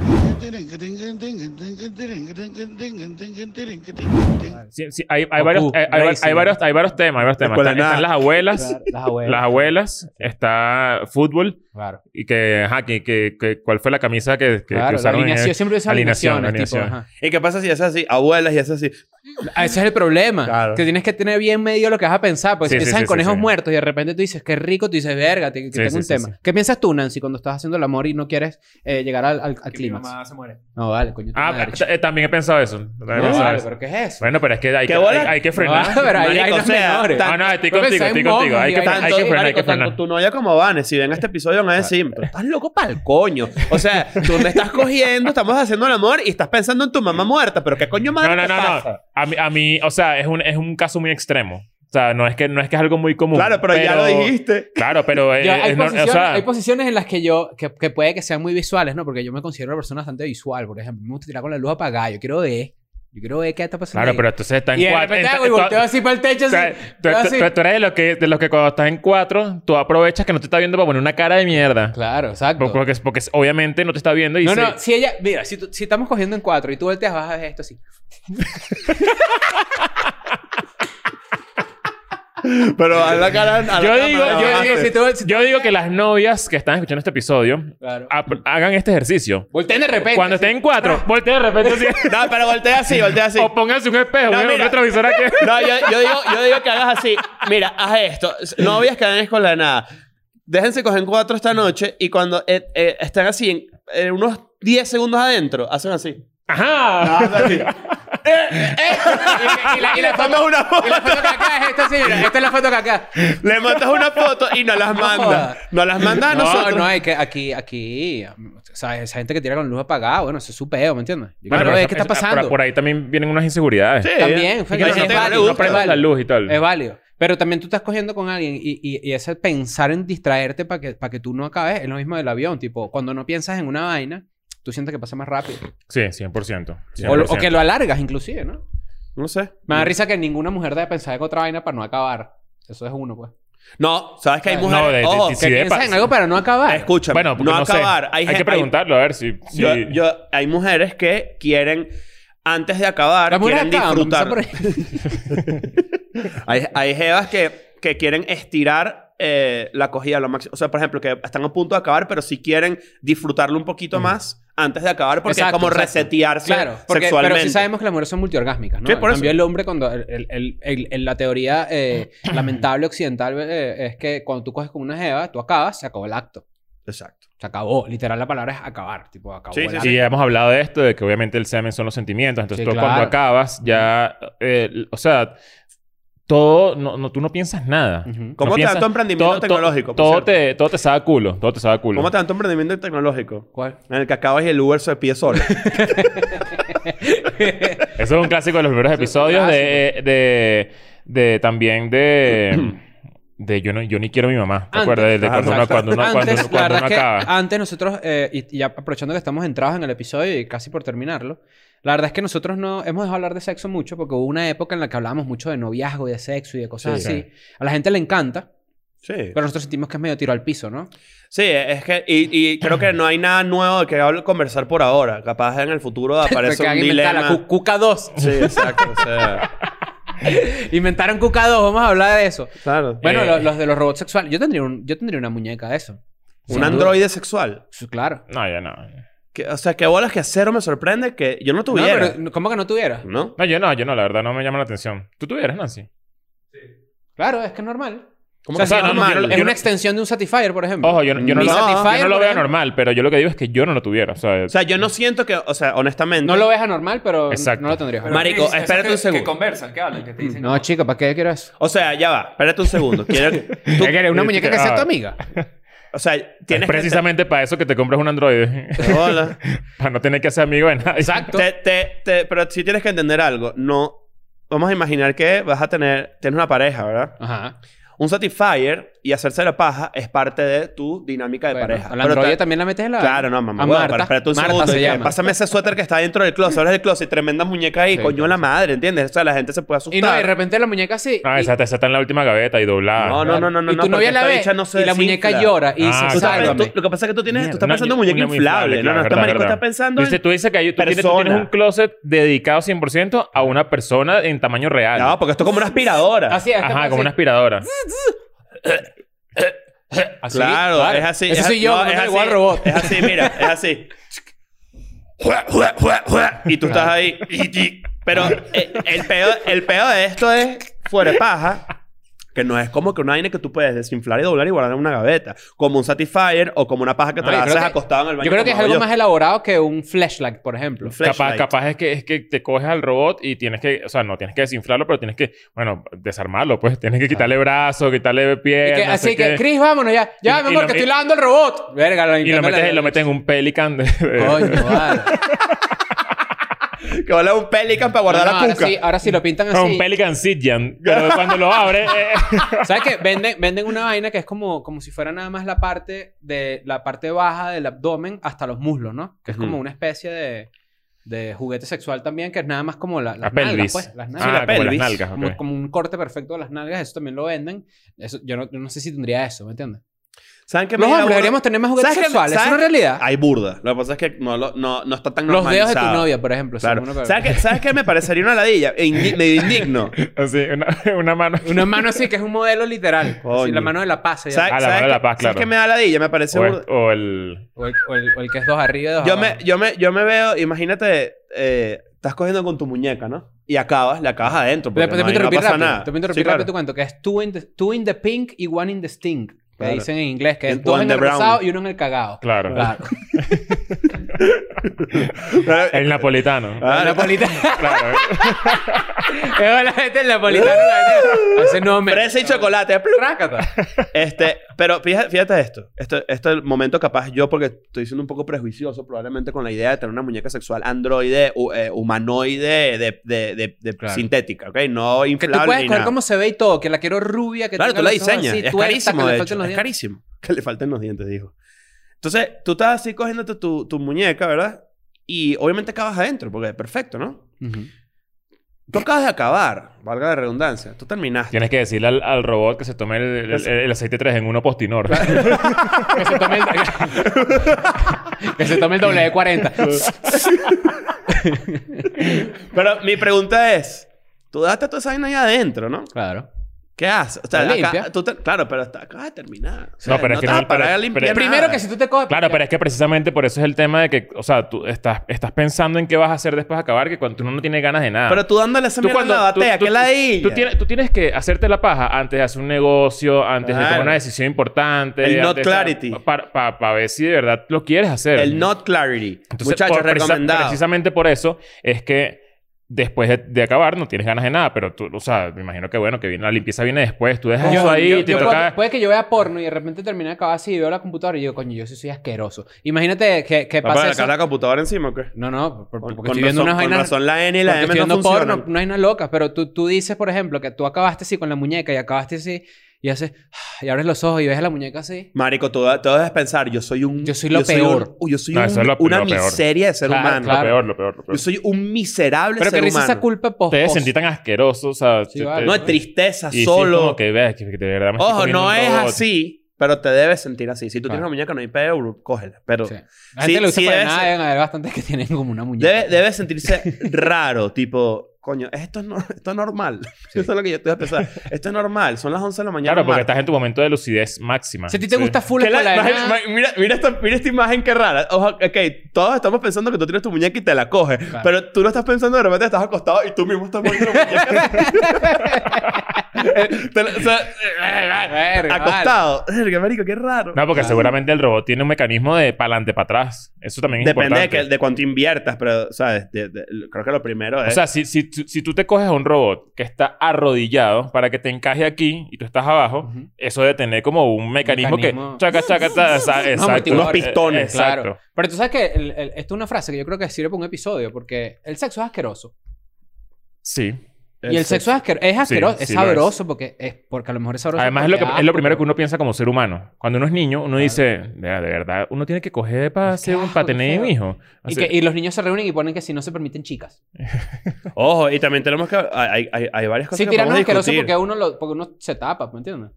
Speaker 2: Sí, sí, hay, hay varios, eh,
Speaker 4: Goku,
Speaker 2: hay, hay-
Speaker 4: Racing.
Speaker 2: hay varios, hay varios temas, hay varios temas.
Speaker 3: Escuela
Speaker 2: Están,
Speaker 3: de nada.
Speaker 2: están las abuelas,
Speaker 4: Las abuelas.
Speaker 2: las abuelas, está fútbol
Speaker 4: Claro.
Speaker 2: y que, ajá, que, que- que- cuál fue la camisa que, que- que
Speaker 4: claro, la
Speaker 2: usaron. en-
Speaker 4: alineación siempre usan
Speaker 2: alineación,
Speaker 4: alineaciones.
Speaker 2: alineación.
Speaker 4: Tipo, ajá.
Speaker 3: ¿Y qué pasa si es así? Abuelas y es así.
Speaker 4: Ah, Ese es el problema.
Speaker 3: Claro.
Speaker 4: Que tienes que tener bien medio lo que vas a pensar. Porque
Speaker 2: Sí,
Speaker 4: si
Speaker 2: sí,
Speaker 4: piensas
Speaker 2: sí,
Speaker 4: en
Speaker 2: sí,
Speaker 4: conejos
Speaker 2: sí.
Speaker 4: muertos y de repente tú dices, qué rico, tú dices, verga, te- que
Speaker 2: Sí,
Speaker 4: tengo
Speaker 2: sí,
Speaker 4: un
Speaker 2: sí,
Speaker 4: tema.
Speaker 2: sí.
Speaker 4: ¿Qué piensas tú, Nancy, cuando estás haciendo el amor y no quieres eh, llegar al, al, al
Speaker 5: Que mi
Speaker 4: clímax?
Speaker 5: mamá se muere.
Speaker 4: No, vale, coño. tu
Speaker 2: Ah,
Speaker 4: madre,
Speaker 2: t- eh, también he pensado eso. También he
Speaker 4: No,
Speaker 2: pensado
Speaker 4: vale,
Speaker 2: eso.
Speaker 4: pero ¿qué es eso?
Speaker 2: Bueno, pero es que hay, que,
Speaker 3: ¿Qué
Speaker 2: hay,
Speaker 3: bola?
Speaker 2: hay que
Speaker 4: No,
Speaker 2: frenar.
Speaker 4: pero ahí
Speaker 3: Marico,
Speaker 4: hay
Speaker 3: o
Speaker 4: unas
Speaker 3: sea,
Speaker 4: menores.
Speaker 2: No, no, estoy
Speaker 4: Yo pensé
Speaker 2: contigo,
Speaker 4: en
Speaker 2: estoy contigo.
Speaker 4: monjas
Speaker 2: Hay
Speaker 4: y
Speaker 2: que,
Speaker 4: vainas
Speaker 2: frenar, hay que
Speaker 4: así,
Speaker 2: frenar, hay que
Speaker 3: Marico, tanto
Speaker 2: frenar.
Speaker 3: tu novia como Vanes, si ven este episodio van a decir, "Pero estás loco para el coño. O sea, tú me estás cogiendo, estamos haciendo el amor y estás pensando en tu mamá muerta, pero qué coño
Speaker 2: No,
Speaker 3: madre
Speaker 2: no,
Speaker 3: te
Speaker 2: no,
Speaker 3: pasa?
Speaker 2: no. A mí, a mí, o sea, es un, es un caso muy extremo. O sea, no es que, no es, que es algo muy común.
Speaker 3: Claro, pero, ya lo dijiste.
Speaker 2: Claro, pero es,
Speaker 4: Yo- hay,
Speaker 2: eh, es no-
Speaker 4: posiciones,
Speaker 2: o sea,
Speaker 4: hay posiciones en las que yo, que, que puede que sean muy visuales, ¿no? Porque yo me considero una persona bastante visual, por ejemplo. Me gusta tirar con la luz apagada. Yo quiero ver. Yo quiero ver qué está pasando.
Speaker 2: Claro,
Speaker 4: ahí.
Speaker 2: pero entonces está en
Speaker 4: Y de
Speaker 2: cuatro.
Speaker 4: repente
Speaker 2: enta-
Speaker 4: hago y
Speaker 2: tú-
Speaker 4: volteo así para el techo.
Speaker 2: o sea,
Speaker 4: así,
Speaker 2: tú,
Speaker 4: yo
Speaker 2: tú-
Speaker 4: así.
Speaker 2: tú- tú eres de los, que, de los que cuando estás en cuatro, tú aprovechas que no te está viendo para poner una cara de mierda.
Speaker 4: Claro, exacto.
Speaker 2: Por- Porque, porque obviamente no te está viendo y
Speaker 4: No,
Speaker 2: se-
Speaker 4: no, si ella, mira, si, tú- si estamos cogiendo en cuatro y tú volteas, vas a ver esto así.
Speaker 3: Pero a la cara. a la
Speaker 2: Yo
Speaker 3: cámara,
Speaker 2: digo-
Speaker 3: no,
Speaker 2: yo
Speaker 3: no,
Speaker 2: digo-
Speaker 3: no.
Speaker 4: si tú, si tú-
Speaker 2: Yo digo que las novias que están escuchando este episodio
Speaker 4: Claro.
Speaker 2: ap- hagan este ejercicio.
Speaker 4: Volteen de repente.
Speaker 2: Cuando estén en cuatro, volteen de repente así.
Speaker 3: No, pero voltea así, voltea así.
Speaker 2: O pónganse un espejo,
Speaker 3: No,
Speaker 2: un- un
Speaker 3: mira.
Speaker 2: retrovisor aquí.
Speaker 3: No, yo, yo digo, yo digo que hagas así. Mira, haz esto. Novias que hagan con la nada. Déjense coger cuatro esta noche y cuando eh, eh, están así, en, en unos 10 segundos adentro, hacen así.
Speaker 2: Ajá.
Speaker 4: Eh, Y la, y la
Speaker 3: mandas
Speaker 4: foto,
Speaker 3: una
Speaker 4: y la foto que acá es esta, sí, mira. Esta es la foto que acá.
Speaker 3: Le mandas una foto y no las
Speaker 4: jodas.
Speaker 3: manda. No las manda a
Speaker 4: No,
Speaker 3: nosotros.
Speaker 4: no, hay que aquí, aquí, o sea, esa gente que tira con luz apagada, bueno, eso es su peo, ¿me entiendes? Yo
Speaker 2: Bueno,
Speaker 4: quiero
Speaker 2: pero
Speaker 4: ver
Speaker 2: eso-
Speaker 4: qué está
Speaker 2: eso- por-
Speaker 4: pasando.
Speaker 2: Por, ahí también vienen unas inseguridades.
Speaker 3: Sí,
Speaker 4: También, fue
Speaker 3: Y que hay
Speaker 4: que es
Speaker 3: gente que no le
Speaker 4: válido,
Speaker 2: No
Speaker 3: gusta.
Speaker 2: prendas la luz y tal.
Speaker 4: Es válido. Pero también tú estás cogiendo con alguien y, y, y ese pensar en distraerte para que, para que tú no acabes es lo mismo del avión. Tipo, cuando no piensas en una vaina, tú sientes que pasa más rápido.
Speaker 2: Sí, 100%.
Speaker 4: O, lo- o
Speaker 2: 100%.
Speaker 4: que lo alargas inclusive, ¿no?
Speaker 3: No sé.
Speaker 4: Me da risa que ninguna mujer debe pensar en otra vaina para no acabar. Eso es uno, pues.
Speaker 3: No, sabes que hay
Speaker 2: No,
Speaker 3: mujeres.
Speaker 2: de- de-
Speaker 3: ojo,
Speaker 2: de-
Speaker 4: Que
Speaker 2: Sí,
Speaker 4: piensa
Speaker 2: epa,
Speaker 4: en
Speaker 2: sí.
Speaker 4: algo para no acabar.
Speaker 3: escúchame.
Speaker 2: Bueno, porque
Speaker 3: no,
Speaker 2: no, sé.
Speaker 3: acabar. Hay,
Speaker 2: Hay,
Speaker 3: gen-
Speaker 2: que preguntarlo, a ver si... si-
Speaker 3: Yo, yo- hay mujeres que quieren, antes de acabar,
Speaker 4: Las mujeres
Speaker 3: quieren
Speaker 4: acaban,
Speaker 3: disfrutar.
Speaker 4: empieza por ahí.
Speaker 3: Hay, hay jevas que, que quieren estirar eh, la cogida lo máximo. O sea, por ejemplo, que están a punto de acabar, pero sí quieren disfrutarlo un poquito más antes de acabar porque
Speaker 4: Exacto,
Speaker 3: es como
Speaker 4: exacto.
Speaker 3: resetearse
Speaker 4: Claro, porque,
Speaker 3: sexualmente.
Speaker 4: pero sí sabemos que las mujeres son multiorgásmicas, ¿no?
Speaker 3: Sí,
Speaker 4: Sí,
Speaker 3: por eso.
Speaker 4: cambio, el hombre, cuando el- el- el- el- el- la teoría eh, lamentable occidental eh, es que cuando tú coges con una jeva, tú acabas, se acabó el acto.
Speaker 3: Exacto.
Speaker 4: Se acabó. Literal, la palabra es acabar. Tipo, acabó
Speaker 3: Sí,
Speaker 4: el
Speaker 3: sí,
Speaker 4: acto.
Speaker 2: Sí, ya hemos hablado de esto, de que obviamente el semen son los sentimientos. Entonces
Speaker 4: Sí,
Speaker 2: tú cuando
Speaker 4: claro.
Speaker 2: acabas ya... eh, o sea, todo... No, no- tú no piensas nada.
Speaker 4: Ujú.
Speaker 3: ¿Cómo
Speaker 2: No
Speaker 3: te
Speaker 2: piensas-
Speaker 3: da tu emprendimiento
Speaker 2: todo- todo-
Speaker 3: tecnológico? por
Speaker 2: Todo
Speaker 3: cierto?
Speaker 2: te, todo te sabe a culo. Todo te sabe a culo.
Speaker 3: ¿Cómo te da tu emprendimiento tecnológico?
Speaker 4: ¿Cuál?
Speaker 3: En el que acabas y el Uber se pide solo.
Speaker 2: Eso es un clásico de los primeros episodios de, de, de- también de de yo no yo ni quiero a mi mamá, ¿te
Speaker 4: Antes.
Speaker 2: acuerdas? De, de cuando, uno,
Speaker 3: Exacto.
Speaker 2: cuando uno cuando
Speaker 4: antes,
Speaker 2: uno-
Speaker 4: la
Speaker 2: cuando
Speaker 4: verdad
Speaker 2: uno
Speaker 4: es que
Speaker 2: acaba.
Speaker 4: antes nosotros, eh, y, y ya aprovechando que estamos entrados en el episodio y casi por terminarlo, la verdad es que nosotros no hemos dejado hablar de sexo mucho porque hubo una época en la que hablábamos mucho de noviazgo y de sexo y de cosas
Speaker 2: Sí,
Speaker 4: así.
Speaker 2: sí.
Speaker 4: A la gente le encanta,
Speaker 3: Sí.
Speaker 4: pero nosotros sentimos que es medio tiro al piso, ¿no?
Speaker 3: Sí, es que... Y, y creo que no hay nada nuevo de que hablo- conversar por ahora. Capaz en el futuro aparece
Speaker 4: Porque
Speaker 3: un
Speaker 4: han inventado
Speaker 3: dilema.
Speaker 4: la cu- Cuca 2.
Speaker 3: Sí, exacto. o sea,
Speaker 4: Inventaron Cuca 2, vamos a hablar de eso.
Speaker 3: claro.
Speaker 4: Bueno,
Speaker 2: Eh.
Speaker 4: lo- los de los robots sexuales. Yo tendría, un- yo tendría una muñeca de eso. Sin
Speaker 3: Un
Speaker 4: duda.
Speaker 3: androide sexual.
Speaker 4: Sí, Claro.
Speaker 2: No, ya no.
Speaker 3: Que- o sea, qué bolas que cero me sorprende que yo no
Speaker 4: No,
Speaker 3: tuviera.
Speaker 4: pero ¿Cómo que no tuviera?
Speaker 3: ¿No?
Speaker 2: No, yo no, yo no, la verdad no me llama la atención. ¿Tú tuvieras, Nancy?
Speaker 4: Claro, es que es normal. O
Speaker 3: ¿Cómo
Speaker 4: sea,
Speaker 3: que
Speaker 4: sí,
Speaker 3: sea
Speaker 4: no,
Speaker 3: normal?
Speaker 2: yo no-
Speaker 4: Es
Speaker 2: no-
Speaker 4: una extensión de un Satisfyer, por ejemplo.
Speaker 2: Ojo, yo, no- yo no,
Speaker 4: Mm, Mi
Speaker 2: lo,
Speaker 4: Satisfyer,
Speaker 2: yo no lo
Speaker 4: por
Speaker 2: veo
Speaker 4: ejemplo.
Speaker 2: normal, pero yo lo que digo es que yo no lo tuviera, o sea,
Speaker 3: O sea, yo no siento que, o sea, honestamente.
Speaker 4: No lo ves anormal, pero
Speaker 2: Exacto.
Speaker 4: no lo tendrías.
Speaker 5: Pero
Speaker 3: Marico,
Speaker 5: ¿qué dices?
Speaker 3: espérate
Speaker 5: Eso
Speaker 3: un
Speaker 5: que-
Speaker 3: segundo.
Speaker 5: Que conversan, que hablan, que te dicen.
Speaker 4: Mm. No, chica, ¿para qué quiero eso?
Speaker 3: O sea, ya va, espérate un segundo. Quiero- tú-
Speaker 2: ¿Qué quieres?
Speaker 4: Una muñeca que sea tu
Speaker 2: Ah,
Speaker 4: amiga.
Speaker 3: o sea,
Speaker 2: Es
Speaker 3: tienes
Speaker 2: precisamente para eso que te compras un androide.
Speaker 3: que. Te, Hola.
Speaker 2: para no tener que ser amigo de nadie.
Speaker 4: Exacto.
Speaker 3: Te- te- te- pero sí tienes que entender algo. No. Vamos a imaginar que vas a tener. Tienes una pareja, ¿verdad?
Speaker 4: Ajá.
Speaker 3: Un Satisfyer y hacerse la paja es parte de tu dinámica de
Speaker 4: Bueno,
Speaker 3: pareja.
Speaker 4: A la
Speaker 3: Pero
Speaker 4: androide
Speaker 3: ta-
Speaker 4: también la metes en la...
Speaker 3: Claro, no, mamá.
Speaker 4: A
Speaker 3: huevo,
Speaker 4: Marta.
Speaker 3: pero espérate un
Speaker 4: Marta
Speaker 3: segundo.
Speaker 4: se
Speaker 3: y que,
Speaker 4: llama.
Speaker 3: Pásame ese suéter que está dentro del closet. Ahora es el closet. Tremenda muñeca ahí.
Speaker 4: Sí,
Speaker 3: coño la madre, ¿entiendes? O sea, la gente se puede asustar.
Speaker 4: Y no, y de repente la muñeca así...
Speaker 2: Ah,
Speaker 4: y-
Speaker 2: esa, está- esa está en la última gaveta y doblada.
Speaker 3: No, no, no, no, no.
Speaker 4: y
Speaker 3: no,
Speaker 4: tu
Speaker 3: porque
Speaker 4: novia la
Speaker 3: esta
Speaker 4: ve
Speaker 3: bicha no se
Speaker 4: y la muñeca
Speaker 3: desinfla.
Speaker 4: llora y
Speaker 2: Ah,
Speaker 4: dice,
Speaker 3: Tú estás-
Speaker 2: Sálvame.
Speaker 3: tú-
Speaker 4: sálvame.
Speaker 3: lo que pasa es que tú tienes, tú estás
Speaker 2: Mierda,
Speaker 3: pensando en
Speaker 2: una-
Speaker 3: muñeca
Speaker 2: una
Speaker 3: inflable. No, no,
Speaker 2: claro,
Speaker 3: este
Speaker 2: verdad,
Speaker 3: marico
Speaker 2: verdad.
Speaker 3: está pensando
Speaker 2: Tú dices,
Speaker 3: en...
Speaker 2: tú dices que yo- tú tienes, tú tienes
Speaker 3: persona.
Speaker 2: un closet dedicado 100% a una persona en tamaño real.
Speaker 3: No, porque esto es como una aspiradora.
Speaker 4: Así es.
Speaker 2: Ajá,
Speaker 4: capaz
Speaker 2: como una
Speaker 4: así.
Speaker 2: aspiradora.
Speaker 4: Así,
Speaker 3: Claro, es así.
Speaker 4: Eso
Speaker 3: es
Speaker 4: soy
Speaker 3: así-
Speaker 4: yo,
Speaker 3: no,
Speaker 4: no,
Speaker 3: es
Speaker 4: es
Speaker 3: así,
Speaker 4: igual robot.
Speaker 3: Es así, mira, es así. Y tú estás ahí. y- y- Pero eh, el peor, el peor de esto es fuera de paja. Que no es como que una vaina que tú puedes desinflar y doblar y guardar en una gaveta. Como un Satisfyer o como una paja que te
Speaker 4: No, yo
Speaker 3: la haces
Speaker 4: creo que-
Speaker 3: ah, acostado en el baño.
Speaker 4: Yo creo que es
Speaker 3: como
Speaker 4: algo
Speaker 3: hago
Speaker 4: más elaborado que un flashlight, por ejemplo.
Speaker 3: Un
Speaker 2: Capaz,
Speaker 3: flashlight.
Speaker 2: capaz es que, es que te coges al robot y tienes que, o sea, no tienes que desinflarlo, pero tienes que, bueno, desarmarlo, pues. Tienes que quitarle brazo, quitarle
Speaker 4: Y
Speaker 2: piernas.
Speaker 4: que-
Speaker 2: no sé
Speaker 4: así que,
Speaker 2: qué.
Speaker 4: Chris, vámonos ya. Ya,
Speaker 2: Y-
Speaker 4: mi
Speaker 2: y
Speaker 4: amor,
Speaker 2: lo-
Speaker 4: que
Speaker 2: y-
Speaker 4: estoy lavando el robot. Verga,
Speaker 2: y lo metes, lo metes en un pelican. de- de-
Speaker 4: Coño, vale.
Speaker 3: Que vale un pelican para guardar
Speaker 4: No, no,
Speaker 3: la
Speaker 4: ahora
Speaker 3: cuca.
Speaker 4: sí, ahora sí lo pintan
Speaker 2: No,
Speaker 4: así.
Speaker 2: un Pelican Sitjan. Pero cuando lo abre. eh,
Speaker 4: ¿Sabes qué? Venden, venden una vaina que es como, como si fuera nada más la parte de la parte baja del abdomen hasta los muslos, ¿no? Que es como
Speaker 3: Ujú.
Speaker 4: una especie de, de juguete sexual también, que es nada más como la,
Speaker 2: la
Speaker 4: las nalgas,
Speaker 2: pelvis.
Speaker 4: pues. Las
Speaker 2: ah,
Speaker 4: nalgas.
Speaker 3: la
Speaker 2: como las
Speaker 3: pelvis.
Speaker 2: nalgas, ok.
Speaker 4: como, como un corte perfecto de las nalgas, eso también lo venden. Eso, yo, no, yo no sé si tendría eso, ¿me entiendes?
Speaker 3: ¿Saben qué me
Speaker 4: Los
Speaker 3: da
Speaker 4: hombres
Speaker 3: burda?
Speaker 4: deberíamos tener más juguetes
Speaker 3: ¿Sabes qué-
Speaker 4: sexuales, es
Speaker 3: sabes
Speaker 4: una
Speaker 3: qué-
Speaker 4: realidad.
Speaker 3: Hay burda. Lo que pasa es que no, lo- no, no está tan
Speaker 4: Los dedos de tu
Speaker 3: normalizado.
Speaker 4: novia, por ejemplo. son
Speaker 3: Claro.
Speaker 4: uno que-
Speaker 3: ¿Sabes qué, ¿Sabes qué me parecería una ladilla? E indi- me indigno.
Speaker 2: Así, una, una mano.
Speaker 4: Una mano así, que es un modelo literal. Así,
Speaker 3: Coño.
Speaker 4: la mano de la paz.
Speaker 3: ¿Sabes,
Speaker 2: Ah, la
Speaker 3: sabes
Speaker 2: mano de la
Speaker 3: qué-
Speaker 2: paz,
Speaker 3: ¿Sabes
Speaker 2: claro. Pues,
Speaker 3: qué me da ladilla? Me parece
Speaker 2: O,
Speaker 3: burda.
Speaker 2: es- o el.
Speaker 4: O el, o el- o el que es dos arriba
Speaker 2: ah.
Speaker 4: y dos
Speaker 3: Yo me,
Speaker 4: abajo.
Speaker 3: yo, me, yo me veo, imagínate, eh, estás cogiendo con tu muñeca, ¿no? Y acabas, la acabas
Speaker 4: Te
Speaker 3: adentro.
Speaker 4: te
Speaker 3: Porque no,
Speaker 4: puedo
Speaker 3: ahí no
Speaker 4: interrumpir
Speaker 3: pasa
Speaker 4: rápido.
Speaker 3: nada.
Speaker 4: Te puedo
Speaker 3: Sí,
Speaker 4: interrumpir
Speaker 3: claro.
Speaker 4: rápido tu cuento. Que es two in, the, two in the pink y one in the stink. Que
Speaker 3: Claro.
Speaker 4: dicen en inglés. Que es
Speaker 3: And
Speaker 4: dos
Speaker 3: one
Speaker 4: en el
Speaker 3: the brown.
Speaker 4: rosado y uno en el cagado.
Speaker 2: Claro.
Speaker 4: Claro.
Speaker 2: El napolitano.
Speaker 3: Ah,
Speaker 4: El
Speaker 3: no.
Speaker 4: napolitano.
Speaker 2: Claro.
Speaker 4: Es la gente del napolitano. la verdad. Ese nombre.
Speaker 3: Fresa y chocolate.
Speaker 4: Rácata.
Speaker 3: Este, pero fíjate, fíjate esto. Esto, esto es el momento capaz yo, porque estoy siendo un poco prejuicioso probablemente con la idea de tener una muñeca sexual androide, u- eh, humanoide, de, de- de- de
Speaker 4: Claro.
Speaker 3: sintética, ¿ok? No
Speaker 4: Que
Speaker 3: inflable
Speaker 4: tú puedes
Speaker 3: ni
Speaker 4: coger
Speaker 3: nada.
Speaker 4: cómo se ve y todo. Que la quiero rubia. Que
Speaker 3: Claro,
Speaker 4: tenga
Speaker 3: tú la
Speaker 4: los ojos
Speaker 3: diseñas.
Speaker 4: así,
Speaker 3: es
Speaker 4: tuerta,
Speaker 3: carísimo,
Speaker 4: que le
Speaker 3: de
Speaker 4: falten
Speaker 3: hecho.
Speaker 4: los
Speaker 3: Es
Speaker 4: dientes.
Speaker 3: carísimo. Que le falten los dientes, dijo. Entonces, tú estás así cogiéndote tu, tu muñeca, ¿verdad? Y obviamente acabas adentro, porque es perfecto, ¿no?
Speaker 4: Ujú.
Speaker 3: Tú acabas de acabar, valga la redundancia. Tú terminaste.
Speaker 2: Tienes que decirle al, al robot que se tome el, el-
Speaker 4: Pues-
Speaker 2: el- el aceite 3 en 1 postinor.
Speaker 4: Que se tome el... que se tome el doble de 40.
Speaker 3: Pero mi pregunta es, tú dejaste toda esa vaina ahí adentro, ¿no?
Speaker 4: Claro.
Speaker 3: ¿Qué haces? O sea,
Speaker 4: La
Speaker 3: acá-
Speaker 4: limpia.
Speaker 3: tú te- claro, pero hasta acabas de terminar. O
Speaker 2: No, pero es que
Speaker 3: te
Speaker 2: no-
Speaker 3: vas a parar
Speaker 2: pero-
Speaker 3: a limpiar
Speaker 2: pero-
Speaker 4: Primero
Speaker 3: nada.
Speaker 4: que si tú te coges...
Speaker 2: Claro, pero es que precisamente por eso es el tema de que, o sea, tú estás, estás pensando en qué vas a hacer después de acabar, que cuando tú no tienes ganas de nada.
Speaker 3: Pero tú dándole esa mierda a la
Speaker 2: tú-
Speaker 3: batea,
Speaker 2: tú-
Speaker 3: ¿qué ladilla?
Speaker 2: tú tienes, tú tienes que hacerte la paja antes de hacer un negocio, antes de tomar
Speaker 3: Claro.
Speaker 2: una decisión importante.
Speaker 3: El not
Speaker 2: antes de-
Speaker 3: clarity.
Speaker 2: Para, para- para ver si de verdad lo quieres hacer.
Speaker 3: El not clarity.
Speaker 2: Entonces,
Speaker 3: Muchachos,
Speaker 2: por- precisa-
Speaker 3: recomendado.
Speaker 2: Precisamente por eso es que después de, de acabar no tienes ganas de nada, pero tú, o sea, me imagino que bueno, que viene, la limpieza viene después, tú dejas eso ahí y te
Speaker 4: puedo-
Speaker 2: toca...
Speaker 4: puede que yo vea porno y de repente termine de acabar así y veo la computadora y digo, coño, yo sí soy asqueroso. Imagínate que, que
Speaker 3: ¿Vas a
Speaker 4: pasa
Speaker 3: sacar
Speaker 4: eso.
Speaker 3: la computadora encima o qué?
Speaker 4: No, no, por- porque
Speaker 3: Con-
Speaker 4: estoy
Speaker 3: con
Speaker 4: viendo
Speaker 3: razón-
Speaker 4: unas
Speaker 3: Con
Speaker 4: vainas...
Speaker 3: razón la N y
Speaker 4: porque
Speaker 3: la M
Speaker 4: estoy
Speaker 3: no
Speaker 4: viendo porno,
Speaker 3: funcionan.
Speaker 4: unas vainas locas. Pero tú, tú dices, por ejemplo, que tú acabaste así con la muñeca y acabaste así y haces... Y abres los ojos y ves a la muñeca así.
Speaker 3: Marico, tú, tú debes pensar, yo soy un...
Speaker 4: Yo soy lo
Speaker 3: un-
Speaker 4: peor.
Speaker 3: uy, yo soy
Speaker 2: No,
Speaker 3: un-
Speaker 2: eso es lo-
Speaker 3: una
Speaker 2: lo peor.
Speaker 3: miseria de ser
Speaker 4: Claro,
Speaker 3: humano.
Speaker 4: claro.
Speaker 2: Lo peor, lo peor, lo peor.
Speaker 3: Yo soy un miserable
Speaker 4: Pero que
Speaker 3: ser
Speaker 4: risa
Speaker 3: humano.
Speaker 4: esa culpa post
Speaker 2: Ustedes se sentí tan asqueroso, o sea...
Speaker 4: Sí,
Speaker 2: te-
Speaker 4: vale.
Speaker 2: te-
Speaker 3: No, tristeza,
Speaker 2: y sí,
Speaker 3: solo.
Speaker 2: como que veas que, que de verdad me estoy
Speaker 3: Ojo,
Speaker 2: comiendo
Speaker 3: no
Speaker 2: un
Speaker 3: es
Speaker 2: robot.
Speaker 3: así, pero te debes sentir así. Si tú
Speaker 4: Claro.
Speaker 3: tienes una muñeca, no hay pedo, cógela. Pero
Speaker 4: Sí. La gente
Speaker 3: Sí,
Speaker 4: le gusta
Speaker 3: sí
Speaker 4: para
Speaker 3: debe
Speaker 4: nada,
Speaker 3: ser.
Speaker 4: deben haber bastantes que tienen como una muñeca.
Speaker 3: debe, debes sentirse raro, tipo, coño, esto es, no- esto es normal. Eso es lo que yo estoy a pensar. Esto es normal, son las 11 de la mañana.
Speaker 2: Claro, porque
Speaker 3: martes.
Speaker 2: estás en tu momento de lucidez máxima.
Speaker 4: Si a ti te
Speaker 2: Sí.
Speaker 4: gusta full
Speaker 3: Que la-
Speaker 4: escuela de
Speaker 3: no,
Speaker 4: nada,
Speaker 3: ma- mira, mira, esta, mira esta imagen que rara. Ojo, ok, todos estamos pensando que tú tienes tu muñeca y te la coges.
Speaker 4: Claro.
Speaker 3: Pero tú no estás pensando, de repente estás acostado y tú mismo estás moviendo la muñeca. Te la- o sea,
Speaker 4: Verga,
Speaker 3: acostado. Verga, marico, qué raro.
Speaker 2: No, porque
Speaker 4: Ah.
Speaker 2: seguramente el robot tiene un mecanismo de para adelante, para atrás. Eso también es
Speaker 3: Depende de,
Speaker 2: importante.
Speaker 3: que- de cuánto inviertas, pero, ¿sabes? De- de- creo que lo primero es...
Speaker 2: O sea, si, si, si tú te coges a un robot que está arrodillado para que te encaje aquí y tú estás abajo,
Speaker 4: Ujú.
Speaker 2: eso debe tener como un mecanismo,
Speaker 4: Mecanismo.
Speaker 2: que... Chaca, chaca, chaca, esa- exacto. Eh,
Speaker 4: amortiguadores. Unos
Speaker 3: pistones,
Speaker 2: Exacto.
Speaker 4: Claro. Pero tú sabes que el- el- esto es una frase que yo creo que sirve para un episodio, porque el sexo es asqueroso.
Speaker 2: Sí.
Speaker 4: Y el sexo es, asquer- es asqueroso,
Speaker 2: sí
Speaker 4: es
Speaker 2: lo es.
Speaker 4: sabroso porque es porque a lo mejor es sabroso.
Speaker 2: Además, es lo, que,
Speaker 4: porque
Speaker 2: es lo
Speaker 4: asco,
Speaker 2: primero que
Speaker 4: pero-
Speaker 2: uno piensa como ser humano. Cuando uno es niño, uno dice, "Mira, de verdad, uno tiene que coger para, hacer un,
Speaker 4: asco,
Speaker 2: para
Speaker 4: Pues, qué
Speaker 2: tener un
Speaker 4: feo.
Speaker 2: hijo.
Speaker 4: Y,
Speaker 2: Así-
Speaker 4: que, y los niños se reúnen y ponen que si no se permiten chicas.
Speaker 3: Ojo, y también tenemos que. Hay, hay, hay varias cosas
Speaker 4: Sí,
Speaker 3: que
Speaker 4: tirarnos
Speaker 3: podemos
Speaker 4: es asqueroso
Speaker 3: discutir.
Speaker 4: porque uno, lo, porque uno se tapa, ¿me entiendes?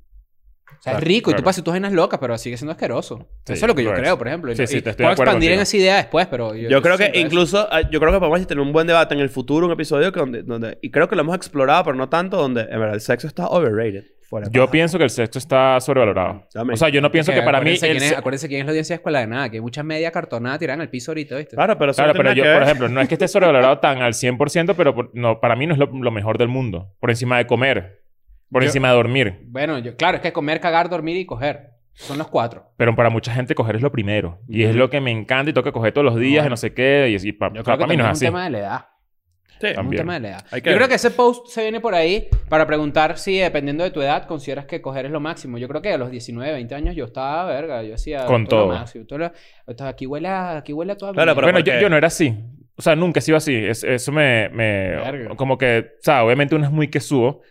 Speaker 4: O sea,
Speaker 2: Claro,
Speaker 4: es rico y
Speaker 2: claro.
Speaker 4: tú pasas tus vainas locas, pero sigue siendo asqueroso.
Speaker 2: Sí,
Speaker 4: Eso es lo que yo
Speaker 2: lo es.
Speaker 4: creo, por ejemplo. Y-
Speaker 2: Sí, sí,
Speaker 4: y
Speaker 2: te estoy de
Speaker 4: puedo
Speaker 2: acuerdo
Speaker 4: expandir en
Speaker 2: contigo.
Speaker 4: esa idea después, pero...
Speaker 3: Yo creo que
Speaker 4: siento eso.
Speaker 3: incluso, ah, yo creo que podemos tener un buen debate en el futuro, un episodio que donde, donde- y creo que lo hemos explorado, pero no tanto, donde en verdad el sexo está overrated. Fuera de
Speaker 2: Yo
Speaker 3: paja.
Speaker 2: pienso que el sexo está sobrevalorado.
Speaker 3: Dame.
Speaker 2: O sea, yo no pienso que,
Speaker 4: Eh,
Speaker 2: para mí...
Speaker 4: acuérdense
Speaker 2: el
Speaker 4: quién es-
Speaker 2: se-
Speaker 4: acuérdense quién es la audiencia de escuela de nada, que hay muchas medias cartonadas tiradas en el piso ahorita, ¿viste?
Speaker 3: Claro, pero eso
Speaker 2: Claro,
Speaker 3: no
Speaker 2: pero
Speaker 3: tiene
Speaker 2: yo,
Speaker 3: nada
Speaker 2: por
Speaker 3: que ver.
Speaker 2: ejemplo, no es que esté sobrevalorado tan al 100%, pero por- no, para mí no es lo, lo mejor del mundo. Por encima de comer, por
Speaker 4: Yo-
Speaker 2: encima de dormir.
Speaker 4: Bueno, yo, claro, es que comer, cagar, dormir y coger. Son los cuatro.
Speaker 2: Pero para mucha gente coger es lo primero. Y es lo que me encanta y toca coger todos los días y no sé qué. Y, y pa-
Speaker 4: Yo creo que
Speaker 2: para mí
Speaker 4: también
Speaker 2: no
Speaker 4: es
Speaker 2: es
Speaker 4: un
Speaker 2: así.
Speaker 4: tema de la edad.
Speaker 3: Sí.
Speaker 4: Es un
Speaker 2: También.
Speaker 4: tema de la edad.
Speaker 3: Hay que
Speaker 4: Yo
Speaker 3: ver.
Speaker 4: creo que ese post se viene por ahí para preguntar si, dependiendo de tu edad, consideras que coger es lo máximo. Yo creo que a los 19, 20 años yo estaba, verga, yo hacía...
Speaker 2: Con
Speaker 4: lo
Speaker 2: todo.
Speaker 4: máximo, todo lo- estaba, aquí huele a... Aquí huele a toda
Speaker 3: Claro,
Speaker 4: mierda.
Speaker 3: pero
Speaker 2: bueno, yo,
Speaker 3: porque-
Speaker 2: yo no era así. O sea, nunca he sido así. Es- eso me, me-
Speaker 4: Verga.
Speaker 2: Como que... O sea, obviamente uno es muy que subo.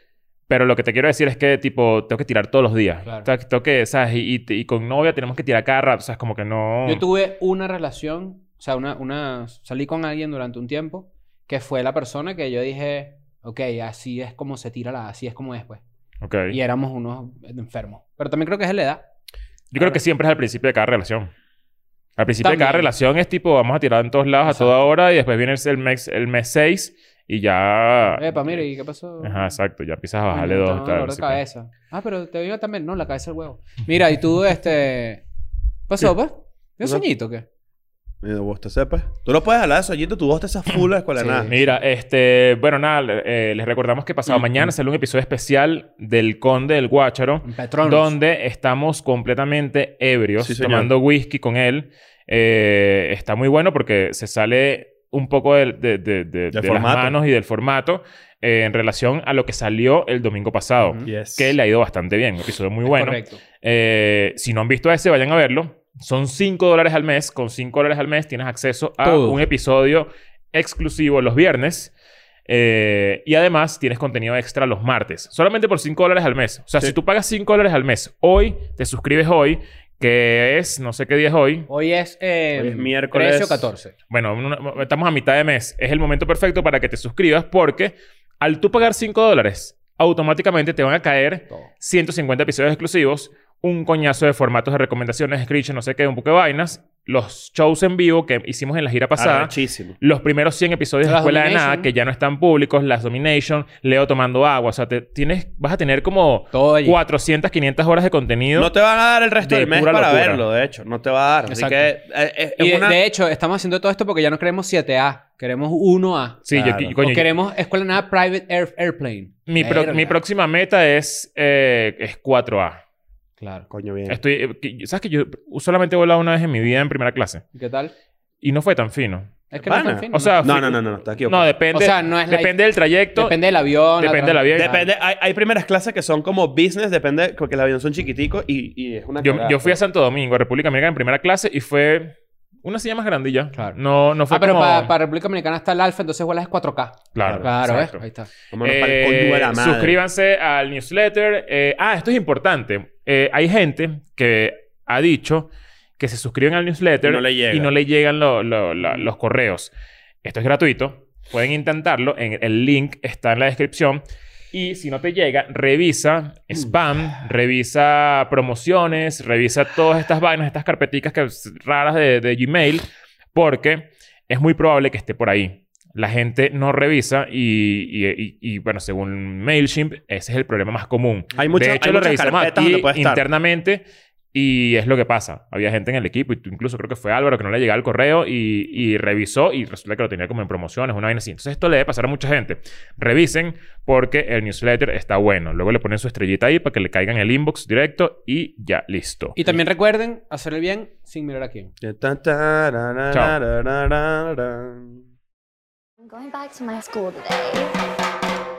Speaker 2: Pero lo que te quiero decir es que, tipo, tengo que tirar todos los días.
Speaker 4: Claro.
Speaker 2: O sea, tengo que... ¿sabes? Y, y- y con novia tenemos que tirar cada rato. O sea, es como que no...
Speaker 4: Yo tuve una relación, o sea, una, una, salí con alguien durante un tiempo que fue la persona que yo dije, ok, así es como se tira la, así es como es, pues.
Speaker 2: Ok.
Speaker 4: Y éramos unos enfermos. Pero también creo que es la edad.
Speaker 2: Yo creo que siempre es al principio de cada relación. Al principio de cada
Speaker 4: También.
Speaker 2: relación es tipo, vamos a tirar en todos lados
Speaker 4: Exacto.
Speaker 2: a toda hora y después viene el- el mes, el mes 6 y ya...
Speaker 4: Epa, mira, ¿y qué pasó?
Speaker 2: Ah, eh, Ajá, exacto. Ya empiezas a
Speaker 4: Coño,
Speaker 2: bajarle
Speaker 4: tengo
Speaker 2: dos. pues. y tal,
Speaker 4: dolor
Speaker 2: no
Speaker 4: de
Speaker 2: sé qué.
Speaker 4: cabeza. Ah, pero te vino también, no, la cabeza del huevo. Mira, y tú, este... ¿Pasó, pues? ¿De
Speaker 3: No.
Speaker 4: un soñito o qué?
Speaker 3: Mira, vos te sepas. Tú no puedes hablar de soñito, tu voz te esa full de escuela de
Speaker 4: Sí.
Speaker 3: nada.
Speaker 2: Mira, este... Bueno, nada. le- eh, les recordamos que
Speaker 4: Mm,
Speaker 2: pasado mañana sale un episodio especial del Conde del Guácharo.
Speaker 4: Un Petronas.
Speaker 2: Donde estamos completamente ebrios,
Speaker 3: Sí, señor.
Speaker 2: tomando whisky con él. Eh, está muy bueno porque se sale un poco del- de, de- de- de las
Speaker 3: formato.
Speaker 2: manos y del formato eh, en relación a lo que salió el domingo pasado.
Speaker 4: Ujú.
Speaker 3: Yes.
Speaker 2: Que le ha ido bastante bien, un episodio muy
Speaker 4: Es
Speaker 2: bueno.
Speaker 4: Correcto.
Speaker 2: Eh, si no han visto ese, vayan a verlo. Son 5 dólares al mes. Con 5 dólares al mes tienes acceso a
Speaker 4: Todo.
Speaker 2: un episodio exclusivo los viernes. Eh, y además tienes contenido extra los martes. Solamente por 5 dólares al mes. O sea,
Speaker 3: Sí.
Speaker 2: si tú pagas 5 dólares al mes hoy, te suscribes hoy, que es, no sé qué día es hoy.
Speaker 4: Hoy es... Eh,
Speaker 3: Hoy es miércoles.
Speaker 4: 13 o 14.
Speaker 2: Bueno, una- estamos a mitad de mes. Es el momento perfecto para que te suscribas porque al tú pagar 5 dólares, automáticamente te van a caer
Speaker 4: Todo.
Speaker 2: 150 episodios exclusivos, un coñazo de formatos de recomendaciones, screenshots, no sé qué, un poco de vainas, los shows en vivo que hicimos en la gira pasada,
Speaker 3: Arrechísimo.
Speaker 2: los primeros 100 episodios de
Speaker 4: Las
Speaker 2: Escuela de Nada
Speaker 4: Domination.
Speaker 2: que ya no están públicos, las Domination, Leo tomando agua, o sea, te tienes, vas a tener como
Speaker 4: Todo allí.
Speaker 2: 400, 500 horas de contenido.
Speaker 3: No te van a dar el resto
Speaker 2: De
Speaker 3: del mes
Speaker 2: pura
Speaker 3: para
Speaker 2: locura.
Speaker 3: verlo, de hecho. No te va a dar.
Speaker 4: Exacto.
Speaker 3: Así que eh, eh,
Speaker 4: Y
Speaker 3: es
Speaker 4: de,
Speaker 3: una...
Speaker 4: de hecho, estamos haciendo todo esto porque ya no queremos 7A, queremos 1A.
Speaker 2: Sí, yo-
Speaker 3: Claro.
Speaker 2: yo, coño,
Speaker 4: o
Speaker 2: yo-
Speaker 4: queremos Escuela de Nada Private Air- Airplane.
Speaker 2: mi, pro-
Speaker 4: Verga.
Speaker 2: mi próxima meta es, eh, es 4A.
Speaker 4: Claro.
Speaker 3: Coño, bien.
Speaker 2: Estoy, eh, que- ¿Sabes que yo solamente he volado una vez en mi vida en primera clase?
Speaker 4: ¿Y ¿Qué tal?
Speaker 2: Y no fue tan fino.
Speaker 4: Es que no es
Speaker 3: Pana.
Speaker 4: tan fino,
Speaker 2: O sea,
Speaker 3: No,
Speaker 2: fui-
Speaker 3: no, no, no, no, está equivocado.
Speaker 2: No, depende.
Speaker 4: O sea, no es la-
Speaker 2: depende del trayecto.
Speaker 4: depende del avión. la
Speaker 2: depende del avión.
Speaker 4: trans-
Speaker 3: Depende, hay, hay primeras clases que son como business, depende, porque los aviones son chiquiticos y, y es una
Speaker 2: Yo,
Speaker 3: cagada. pues.
Speaker 2: yo
Speaker 4: pues.
Speaker 2: fui a Santo Domingo, a República Dominicana, en primera clase y fue una silla más grandilla.
Speaker 4: Claro.
Speaker 2: No, no fue
Speaker 4: Ah, pero
Speaker 2: como-
Speaker 4: para, para República Dominicana está el alfa, entonces vuelas es 4K.
Speaker 2: Claro,
Speaker 4: Claro, ¿ves?
Speaker 2: exacto.
Speaker 4: Ahí está.
Speaker 3: Vámonos para el coño de la
Speaker 2: Eh,
Speaker 3: madre.
Speaker 2: suscríbanse al newsletter. Eh, ah, esto es importante. Eh, hay gente que ha dicho que se suscriben al newsletter
Speaker 3: Y no le llega.
Speaker 2: y no le llegan lo- lo- la- los correos. Esto es gratuito. Pueden intentarlo. En- el link está en la descripción. Y si no te llega, revisa spam, revisa promociones, revisa todas estas vainas, estas carpeticas que, raras de, de Gmail, porque es muy probable que esté por ahí. La gente no revisa y, y- y- y, bueno, según MailChimp, ese es el problema más común.
Speaker 3: Hay muchas-
Speaker 2: de
Speaker 3: hay
Speaker 2: hecho, lo
Speaker 3: muchas
Speaker 2: revisamos
Speaker 3: carpetas
Speaker 2: aquí
Speaker 3: donde puede estar.
Speaker 2: internamente y es lo que pasa. Había gente en el equipo, y tú- incluso creo que fue Álvaro, que no le llegaba el correo y, y revisó y resulta que lo tenía como en promociones, una vaina así. Entonces esto le debe pasar a mucha gente. Revisen porque el newsletter está bueno. Luego le ponen su estrellita ahí para que le caiga en el inbox directo y ya, listo.
Speaker 4: Y también recuerden hacer el bien sin mirar a quién.
Speaker 3: Ta- ta- ra- ra-
Speaker 2: Chao.
Speaker 3: ra- ra- ra- ra.
Speaker 1: I'm going back to my school today.